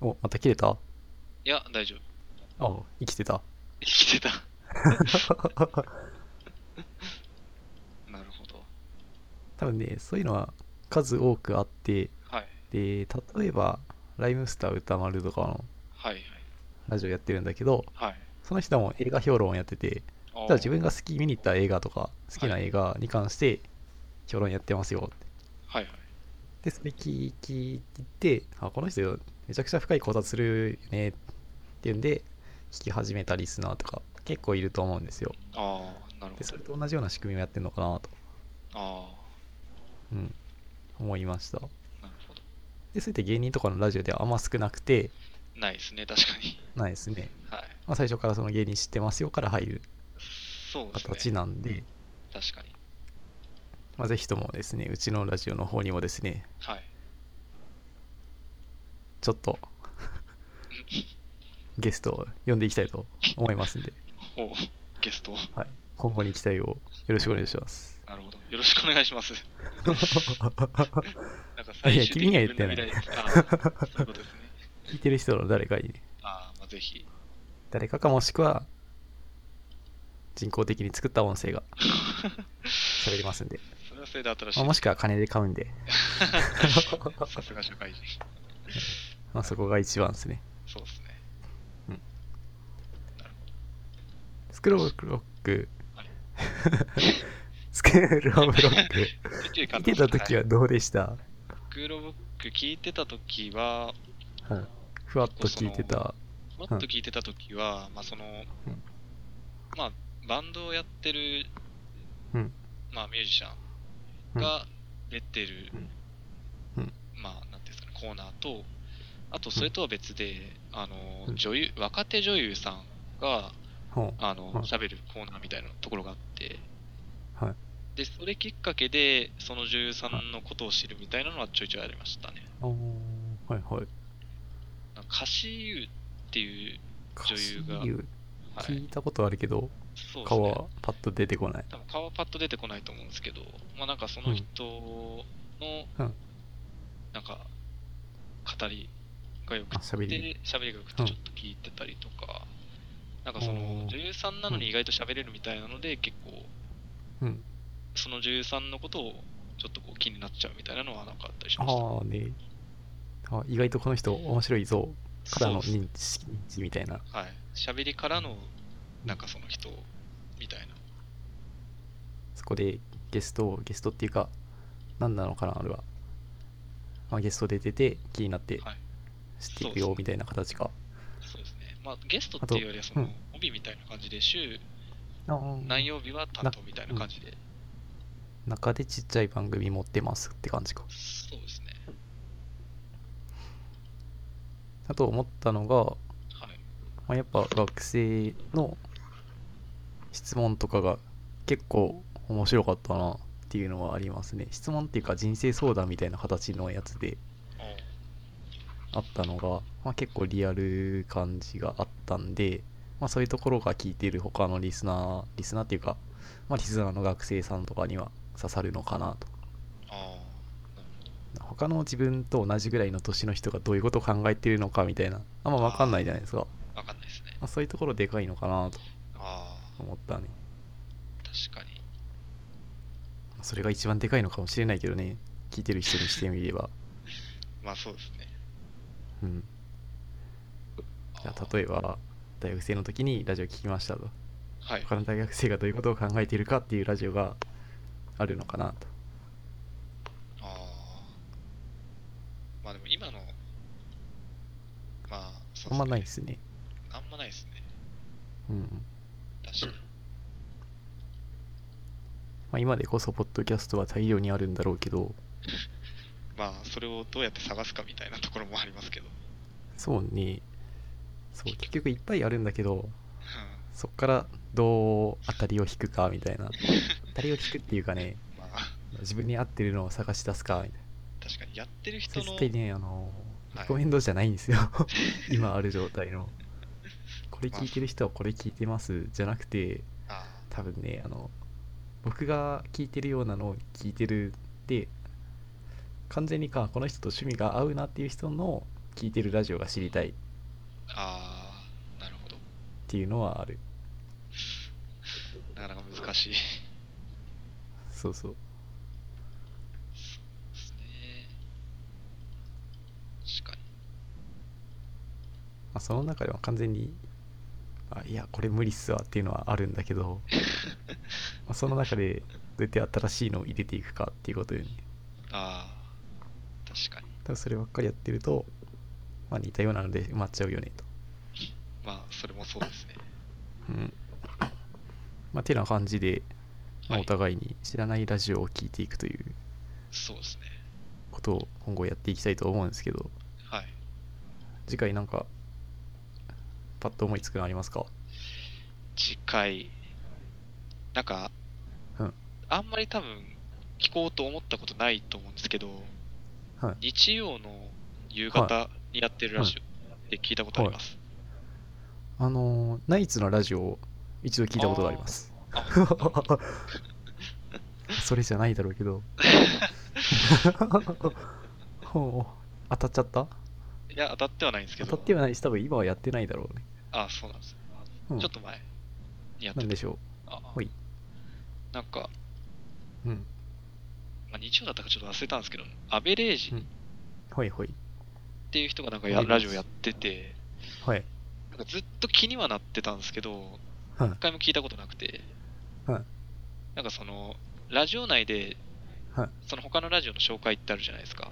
[SPEAKER 1] お、また切れたあ、
[SPEAKER 2] いや、大丈夫。
[SPEAKER 1] 生きてた。 [LAUGHS]
[SPEAKER 2] 生きてた。なるほど。
[SPEAKER 1] 多分ね、そういうのは数多くあって、
[SPEAKER 2] はい。
[SPEAKER 1] で、例えば、ライムスター歌丸とかの
[SPEAKER 2] はい
[SPEAKER 1] ラジオやってるんだけど、
[SPEAKER 2] はい。はい。
[SPEAKER 1] その人も映画評論やってて、
[SPEAKER 2] ああ
[SPEAKER 1] ただ自分が好き見に行った映画とか、好きな映画に関して評論やってますよって。
[SPEAKER 2] はいはい。
[SPEAKER 1] で、それ聞い聞いて、あ、この人めちゃくちゃ深い考察するよねっていうんで、聞き始めたリスナーとか結構いると思うんですよ。
[SPEAKER 2] ああ、なる
[SPEAKER 1] で、
[SPEAKER 2] ほ
[SPEAKER 1] それ
[SPEAKER 2] ど。
[SPEAKER 1] と同じような仕組みをやってるのかなと、
[SPEAKER 2] あ
[SPEAKER 1] うん、思いました。
[SPEAKER 2] あ、なるほど。
[SPEAKER 1] で、それって芸人とかのラジオではあんま少なくて、
[SPEAKER 2] ないですね、確かに。
[SPEAKER 1] ないですね。
[SPEAKER 2] はい。
[SPEAKER 1] まあ、最初からその芸人知ってますよから入る
[SPEAKER 2] そうです
[SPEAKER 1] 形
[SPEAKER 2] ね。
[SPEAKER 1] なんで、
[SPEAKER 2] 確かに。
[SPEAKER 1] まあ、ぜひともですね、うちのラジオの方にもですね、
[SPEAKER 2] はい。 [LAUGHS]
[SPEAKER 1] ちょっとゲストを呼んでいきたいと思います
[SPEAKER 2] [LAUGHS]
[SPEAKER 1] んで、
[SPEAKER 2] おゲストを。
[SPEAKER 1] 今後に期待をよろしくお願いし
[SPEAKER 2] [LAUGHS]
[SPEAKER 1] ます。
[SPEAKER 2] なるほど。よろしくお願いします。なんか
[SPEAKER 1] いや
[SPEAKER 2] 最終的
[SPEAKER 1] 君には
[SPEAKER 2] に
[SPEAKER 1] 言ってない
[SPEAKER 2] 自分の未来ですああ、そういうことですね。
[SPEAKER 1] 聞いてる人の誰かに、ね、
[SPEAKER 2] ああ、まあ、ぜひ。 [LAUGHS]
[SPEAKER 1] 誰かかもしくは人工的に作った音声が喋りますんで、
[SPEAKER 2] それはそれで新しい。
[SPEAKER 1] まあ、もしくは金で買うん
[SPEAKER 2] [LAUGHS]
[SPEAKER 1] で、
[SPEAKER 2] さすが社会人。
[SPEAKER 1] まあ、そこが一番ですね。
[SPEAKER 2] そうですね。
[SPEAKER 1] うん
[SPEAKER 2] なる
[SPEAKER 1] スクロールブロック
[SPEAKER 2] あれ、
[SPEAKER 1] スクロールブロッ
[SPEAKER 2] [LAUGHS]
[SPEAKER 1] ク、
[SPEAKER 2] ほど。聞
[SPEAKER 1] 見てた時はどうでした、
[SPEAKER 2] スクロールブック聞いてた時は、
[SPEAKER 1] うんふわっと聞いてた。
[SPEAKER 2] もっと聞いてた時は、まあその、
[SPEAKER 1] うん
[SPEAKER 2] まあバンドをやってる、
[SPEAKER 1] うん
[SPEAKER 2] まあミュージシャンが出てる、
[SPEAKER 1] うんうん
[SPEAKER 2] まあなんていうんですかね、コーナーと、あとそれとは別で、あ
[SPEAKER 1] う
[SPEAKER 2] の
[SPEAKER 1] ん
[SPEAKER 2] 女優、若手女優さんが、
[SPEAKER 1] ほう
[SPEAKER 2] あの
[SPEAKER 1] はい
[SPEAKER 2] 喋るコーナーみたいなところがあって、
[SPEAKER 1] はい
[SPEAKER 2] でそれきっかけで、その女優さんのことを知るみたいなのはちょいちょいありましたね。
[SPEAKER 1] あーはいはい。
[SPEAKER 2] なんかカシユっていう、女優が
[SPEAKER 1] 歌手
[SPEAKER 2] は
[SPEAKER 1] 聞いたことあるけど、
[SPEAKER 2] そうです
[SPEAKER 1] 顔
[SPEAKER 2] ね
[SPEAKER 1] はパッと出てこない。
[SPEAKER 2] 多分顔はパッと出てこないと思うんですけど、まあ、なんかその人の、
[SPEAKER 1] うん
[SPEAKER 2] なんか語りがよく
[SPEAKER 1] あ喋り
[SPEAKER 2] で喋りがよくてちょっと聞いてたりとか、なんかそ
[SPEAKER 1] お
[SPEAKER 2] の
[SPEAKER 1] ー
[SPEAKER 2] 女優さんなのに意外と喋れるみたいなので、結構
[SPEAKER 1] うん。
[SPEAKER 2] その女優さんのことをちょっとこう気になっちゃうみたいなのはなんかあったりしました。
[SPEAKER 1] ああね。あ意外とこの人面白いぞからの
[SPEAKER 2] そうです
[SPEAKER 1] 認知認知みたいな。
[SPEAKER 2] はい喋りからのなんかその人みたいな。
[SPEAKER 1] そこでゲストをゲストっていうか何なのかなあれは、まあ、ゲストで出て気になって
[SPEAKER 2] はい
[SPEAKER 1] 知ってい
[SPEAKER 2] そう
[SPEAKER 1] くよみ
[SPEAKER 2] ですね
[SPEAKER 1] たいな形か。
[SPEAKER 2] そうですね。まあゲストっていうよりはそ
[SPEAKER 1] あ
[SPEAKER 2] の
[SPEAKER 1] と
[SPEAKER 2] 帯みたいな感じで週
[SPEAKER 1] あー
[SPEAKER 2] 何曜日は担当みたいな感じで。
[SPEAKER 1] 中でちっちゃい番組持ってますって感じか。
[SPEAKER 2] そうですね。
[SPEAKER 1] だと思ったのが、
[SPEAKER 2] はい。
[SPEAKER 1] まあ、やっぱ学生の質問とかが結構面白かったなっていうのはありますね質問っていうか人生相談みたいな形のやつであったのが、まあ、結構リアル感じがあったんで、まあ、そういうところが聞いてる他のリスナーリスナーっていうか、まあ、リスナーの学生さんとかには刺さるのかなと
[SPEAKER 2] ああ、
[SPEAKER 1] 他の自分と同じぐらいの年の人がどういうことを考えてるのかみたいなあんま分かんないじゃないですか、
[SPEAKER 2] わかんないですね。
[SPEAKER 1] まあ、そういうところでかいのかなと
[SPEAKER 2] ああ、
[SPEAKER 1] 思ったね
[SPEAKER 2] 確かに。
[SPEAKER 1] それが一番でかいのかもしれないけどね聞いてる人にしてみれば、
[SPEAKER 2] まあそうですね。
[SPEAKER 1] うん、じゃ
[SPEAKER 2] あ
[SPEAKER 1] あ
[SPEAKER 2] ー
[SPEAKER 1] 例えば大学生の時にラジオ聞きましたと
[SPEAKER 2] はい。
[SPEAKER 1] 他の大学生がどういうことを考えているかっていうラジオがあるのかなと
[SPEAKER 2] ああ。まあでも今の、まあ、そう
[SPEAKER 1] あんまないですすね、
[SPEAKER 2] ね。あんまないですね。
[SPEAKER 1] うん
[SPEAKER 2] 確かに。
[SPEAKER 1] まあ、今でこそポッドキャストは大量にあるんだろうけど
[SPEAKER 2] まあそれをどうやって探すかみたいなところもありますけど、 [LAUGHS]
[SPEAKER 1] そうに、そう、結局いっぱいあるんだけど、
[SPEAKER 2] う
[SPEAKER 1] そっからどう当たりを引くかみたいな。当たりを引くっていうかね、
[SPEAKER 2] んまあ
[SPEAKER 1] 自分に合ってるのを探し出すかみたいな。
[SPEAKER 2] 確かにやってる人の
[SPEAKER 1] 絶対ね、あの、
[SPEAKER 2] はい
[SPEAKER 1] リコメンドじゃないん
[SPEAKER 2] [LAUGHS]
[SPEAKER 1] ですよ。今ある状態の。これ聞いてる人はこれ聞いてますじゃなくて、
[SPEAKER 2] あ
[SPEAKER 1] 多分ね、あの、僕が聞いてるようなのを聞いてるで、完全にか、この人と趣味が合うなっていう人の聞いてるラジオが知りたいっ
[SPEAKER 2] あーなるほど
[SPEAKER 1] ていうのはある。
[SPEAKER 2] なかなか難しい
[SPEAKER 1] そうそう。
[SPEAKER 2] ですね確かに
[SPEAKER 1] まあ、その中では完全に、あいや、これ無理っすわっていうのはあるんだけ
[SPEAKER 2] [LAUGHS]
[SPEAKER 1] ど、まあ、その中でどうやって新しいのを入れていくかっていうことよね。
[SPEAKER 2] ああ確かに
[SPEAKER 1] ただそればっかりやってると、まあ、似たようなので埋まっちゃうよねと。
[SPEAKER 2] まあそれもそうですね
[SPEAKER 1] うん。まあ、てな感じで、まあ、
[SPEAKER 2] はい
[SPEAKER 1] お互いに知らないラジオを聞いていくという
[SPEAKER 2] そうですね
[SPEAKER 1] ことを今後やっていきたいと思うんですけど、
[SPEAKER 2] はい
[SPEAKER 1] 次回なんか、パッと思いつくのありますか
[SPEAKER 2] 次回なんか、
[SPEAKER 1] うん
[SPEAKER 2] あんまり多分聞こうと思ったことないと思うんですけど、
[SPEAKER 1] はい
[SPEAKER 2] 日曜の夕方にやってるラジオで聞いたことあります、
[SPEAKER 1] あのーナイツのラジオを一度聞いたことがあります
[SPEAKER 2] あ。
[SPEAKER 1] それじゃないだろうけ [LAUGHS] ど。ほう当たっちゃった
[SPEAKER 2] い、や当たってはないんですけ
[SPEAKER 1] 当
[SPEAKER 2] ど
[SPEAKER 1] たってはないし、多分今はやってないだろうね。
[SPEAKER 2] あそうなんです、
[SPEAKER 1] うん
[SPEAKER 2] ちょっと前にやっ
[SPEAKER 1] な
[SPEAKER 2] て
[SPEAKER 1] んで
[SPEAKER 2] て
[SPEAKER 1] しょ
[SPEAKER 2] あ
[SPEAKER 1] ほい
[SPEAKER 2] なんか、
[SPEAKER 1] う。うん。
[SPEAKER 2] まあ、日曜だったかちょっと忘れたんですけどアベレージ
[SPEAKER 1] うん
[SPEAKER 2] っ
[SPEAKER 1] ほいほい。
[SPEAKER 2] ていう人がなんかや
[SPEAKER 1] アベレー
[SPEAKER 2] ラ
[SPEAKER 1] ジ
[SPEAKER 2] ジオやってて
[SPEAKER 1] はい。
[SPEAKER 2] なんかずっと気にはなってたんですけど
[SPEAKER 1] はい
[SPEAKER 2] 一回も聞いたことなくて、
[SPEAKER 1] はい
[SPEAKER 2] なんかそのラジオ内で、
[SPEAKER 1] はい
[SPEAKER 2] その他のラジオの紹介ってあるじゃないですか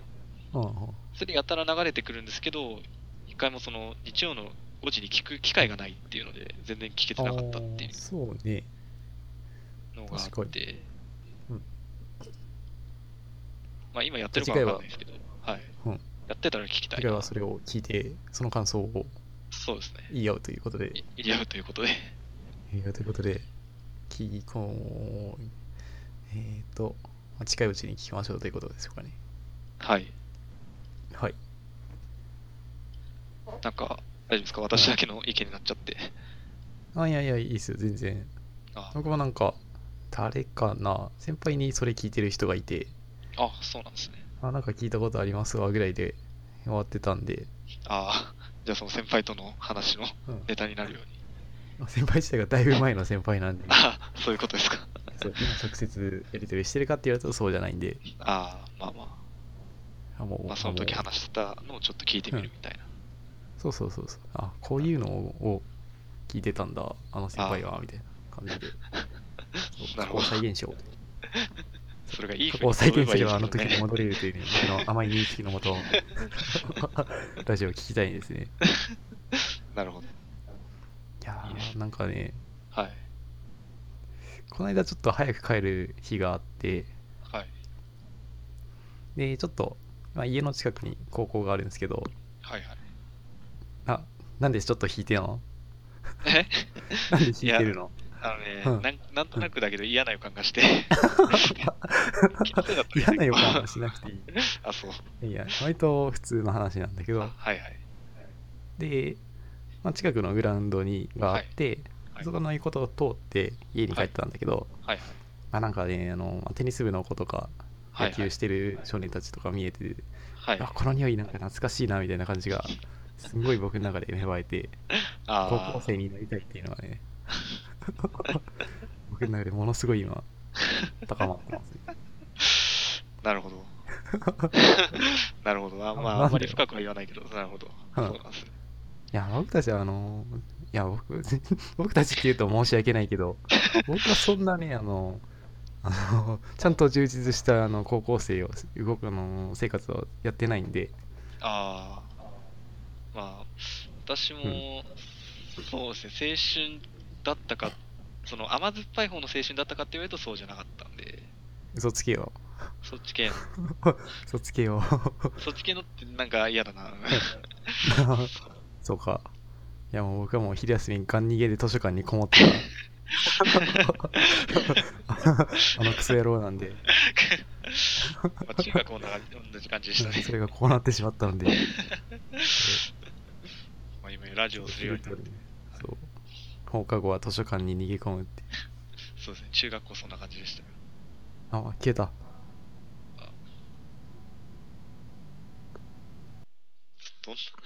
[SPEAKER 1] うんうん。
[SPEAKER 2] それでやたら流れてくるんですけど一回もその日曜の5時に聞く機会がないっていうので全然聞けてなかったっていう
[SPEAKER 1] あーそうね。
[SPEAKER 2] のがあ
[SPEAKER 1] 確
[SPEAKER 2] っ
[SPEAKER 1] か
[SPEAKER 2] て、
[SPEAKER 1] うん
[SPEAKER 2] まあ今やってるかわかんないですけどはい、
[SPEAKER 1] うん
[SPEAKER 2] やってたら聞きたい
[SPEAKER 1] 次回
[SPEAKER 2] な
[SPEAKER 1] はそれを聞いて、その感想を
[SPEAKER 2] そうですね
[SPEAKER 1] 言い合うということで。
[SPEAKER 2] い入れ合うということで
[SPEAKER 1] えーということで、聞こう、えっ、と、まあ近いうちに聞きましょうということでしょうかね。
[SPEAKER 2] はい
[SPEAKER 1] はい。
[SPEAKER 2] なんか大丈夫ですか私だけの意見になっちゃって
[SPEAKER 1] あ、いやいや、いいですよ、全然。
[SPEAKER 2] あ
[SPEAKER 1] 僕もなんか、誰かな、先輩にそれ聞いてる人がいて、
[SPEAKER 2] あそうなんですね
[SPEAKER 1] あ、なんか聞いたことありますわぐらいで終わってたんで、
[SPEAKER 2] ああじゃあその先輩との話の
[SPEAKER 1] うん
[SPEAKER 2] ネタになるように
[SPEAKER 1] まあ [LAUGHS] 先輩自体がだいぶ前の先輩なんで、
[SPEAKER 2] あそういうことですか
[SPEAKER 1] そう今直接やり取りしてるかって言われるとそうじゃないんで、
[SPEAKER 2] ああまあま
[SPEAKER 1] あも
[SPEAKER 2] あ
[SPEAKER 1] う、
[SPEAKER 2] まあその時
[SPEAKER 1] あも
[SPEAKER 2] 話したのをちょっと聞いてみるみたいな、
[SPEAKER 1] うそうそうそうそう、あ、こういうのを聞いてたんだ、あの先輩は、みたいな感じで、そう
[SPEAKER 2] な
[SPEAKER 1] 過
[SPEAKER 2] るほ
[SPEAKER 1] 去
[SPEAKER 2] ど
[SPEAKER 1] 再現象。
[SPEAKER 2] それがいい
[SPEAKER 1] 過
[SPEAKER 2] 風に
[SPEAKER 1] 去再
[SPEAKER 2] 揃え
[SPEAKER 1] 現
[SPEAKER 2] ばい
[SPEAKER 1] すれ
[SPEAKER 2] いで
[SPEAKER 1] ば
[SPEAKER 2] す
[SPEAKER 1] あの時
[SPEAKER 2] けど
[SPEAKER 1] に
[SPEAKER 2] ね
[SPEAKER 1] 戻れるという、ね、僕の甘い認識のも
[SPEAKER 2] [LAUGHS]
[SPEAKER 1] と、ラジオを聞きたいですね。
[SPEAKER 2] なるほど
[SPEAKER 1] いや
[SPEAKER 2] いいです
[SPEAKER 1] ーなんかね、
[SPEAKER 2] はい
[SPEAKER 1] この間ちょっと早く帰る日があって、
[SPEAKER 2] はい
[SPEAKER 1] で、ちょっと、まあ、家の近くに高校があるんですけど、
[SPEAKER 2] はいはい
[SPEAKER 1] あ、なんでちょっと引いてんの
[SPEAKER 2] え
[SPEAKER 1] [LAUGHS] なんで引いてるの
[SPEAKER 2] あのね、
[SPEAKER 1] うん
[SPEAKER 2] なん、なんとなくだけど [LAUGHS] 嫌な予感がして。気のせいだったみ
[SPEAKER 1] 嫌
[SPEAKER 2] たい
[SPEAKER 1] な予感はしなくていい。
[SPEAKER 2] あ、そう。
[SPEAKER 1] いや、割と普通の話なんだけ
[SPEAKER 2] あ
[SPEAKER 1] ど、
[SPEAKER 2] はいはい。
[SPEAKER 1] で、まあ、近くのグラウンドにがあって、
[SPEAKER 2] はい
[SPEAKER 1] そこのことを通って家に帰ったんだけど、
[SPEAKER 2] はい
[SPEAKER 1] まあ、なんかねあの、テニス部の子とか、
[SPEAKER 2] はい。
[SPEAKER 1] 野球してる少年たちとか見えて、
[SPEAKER 2] はいはい。
[SPEAKER 1] あこの匂いなんか懐かしいなみたいな感じがすんごい僕の中で芽生えて高
[SPEAKER 2] あ
[SPEAKER 1] 校生になりたいっていうのが
[SPEAKER 2] [LAUGHS]
[SPEAKER 1] ね僕の中でものすごい今高まってます、ね、
[SPEAKER 2] ーな
[SPEAKER 1] [LAUGHS]
[SPEAKER 2] るほど。なるほど。あま
[SPEAKER 1] なん
[SPEAKER 2] あ、
[SPEAKER 1] で
[SPEAKER 2] あんまり深くは言わないけど、なるほど。そうなんですね。
[SPEAKER 1] いや僕たちはあのいや僕 [LAUGHS] 僕たちっていうと申し訳ないけど僕はそんなねあのあのちゃんと充実したあの高校生を動くあの生活をやってないんで
[SPEAKER 2] ああ。まあ、私も、
[SPEAKER 1] う
[SPEAKER 2] そうですね、青春だったか、その甘酸っぱい方の青春だったかって言われるとそうじゃなかったんで、
[SPEAKER 1] 嘘つけよ
[SPEAKER 2] そっち系の。
[SPEAKER 1] そっち系を。
[SPEAKER 2] そっち系のってなんか嫌だな。
[SPEAKER 1] [LAUGHS] そうか。いやもう僕はもう昼休みにガン逃げで図書館にこもった。あのクソ野郎なんで、
[SPEAKER 2] まあ中学もな同じ感じでしたね。
[SPEAKER 1] それがこうなってしまったので、え
[SPEAKER 2] まあ今ラジオをするようになって。
[SPEAKER 1] そう放課後は図書館に逃げ込むって。
[SPEAKER 2] そうですね、中学校そんな感じでしたよ。
[SPEAKER 1] あ、消えた。
[SPEAKER 2] どん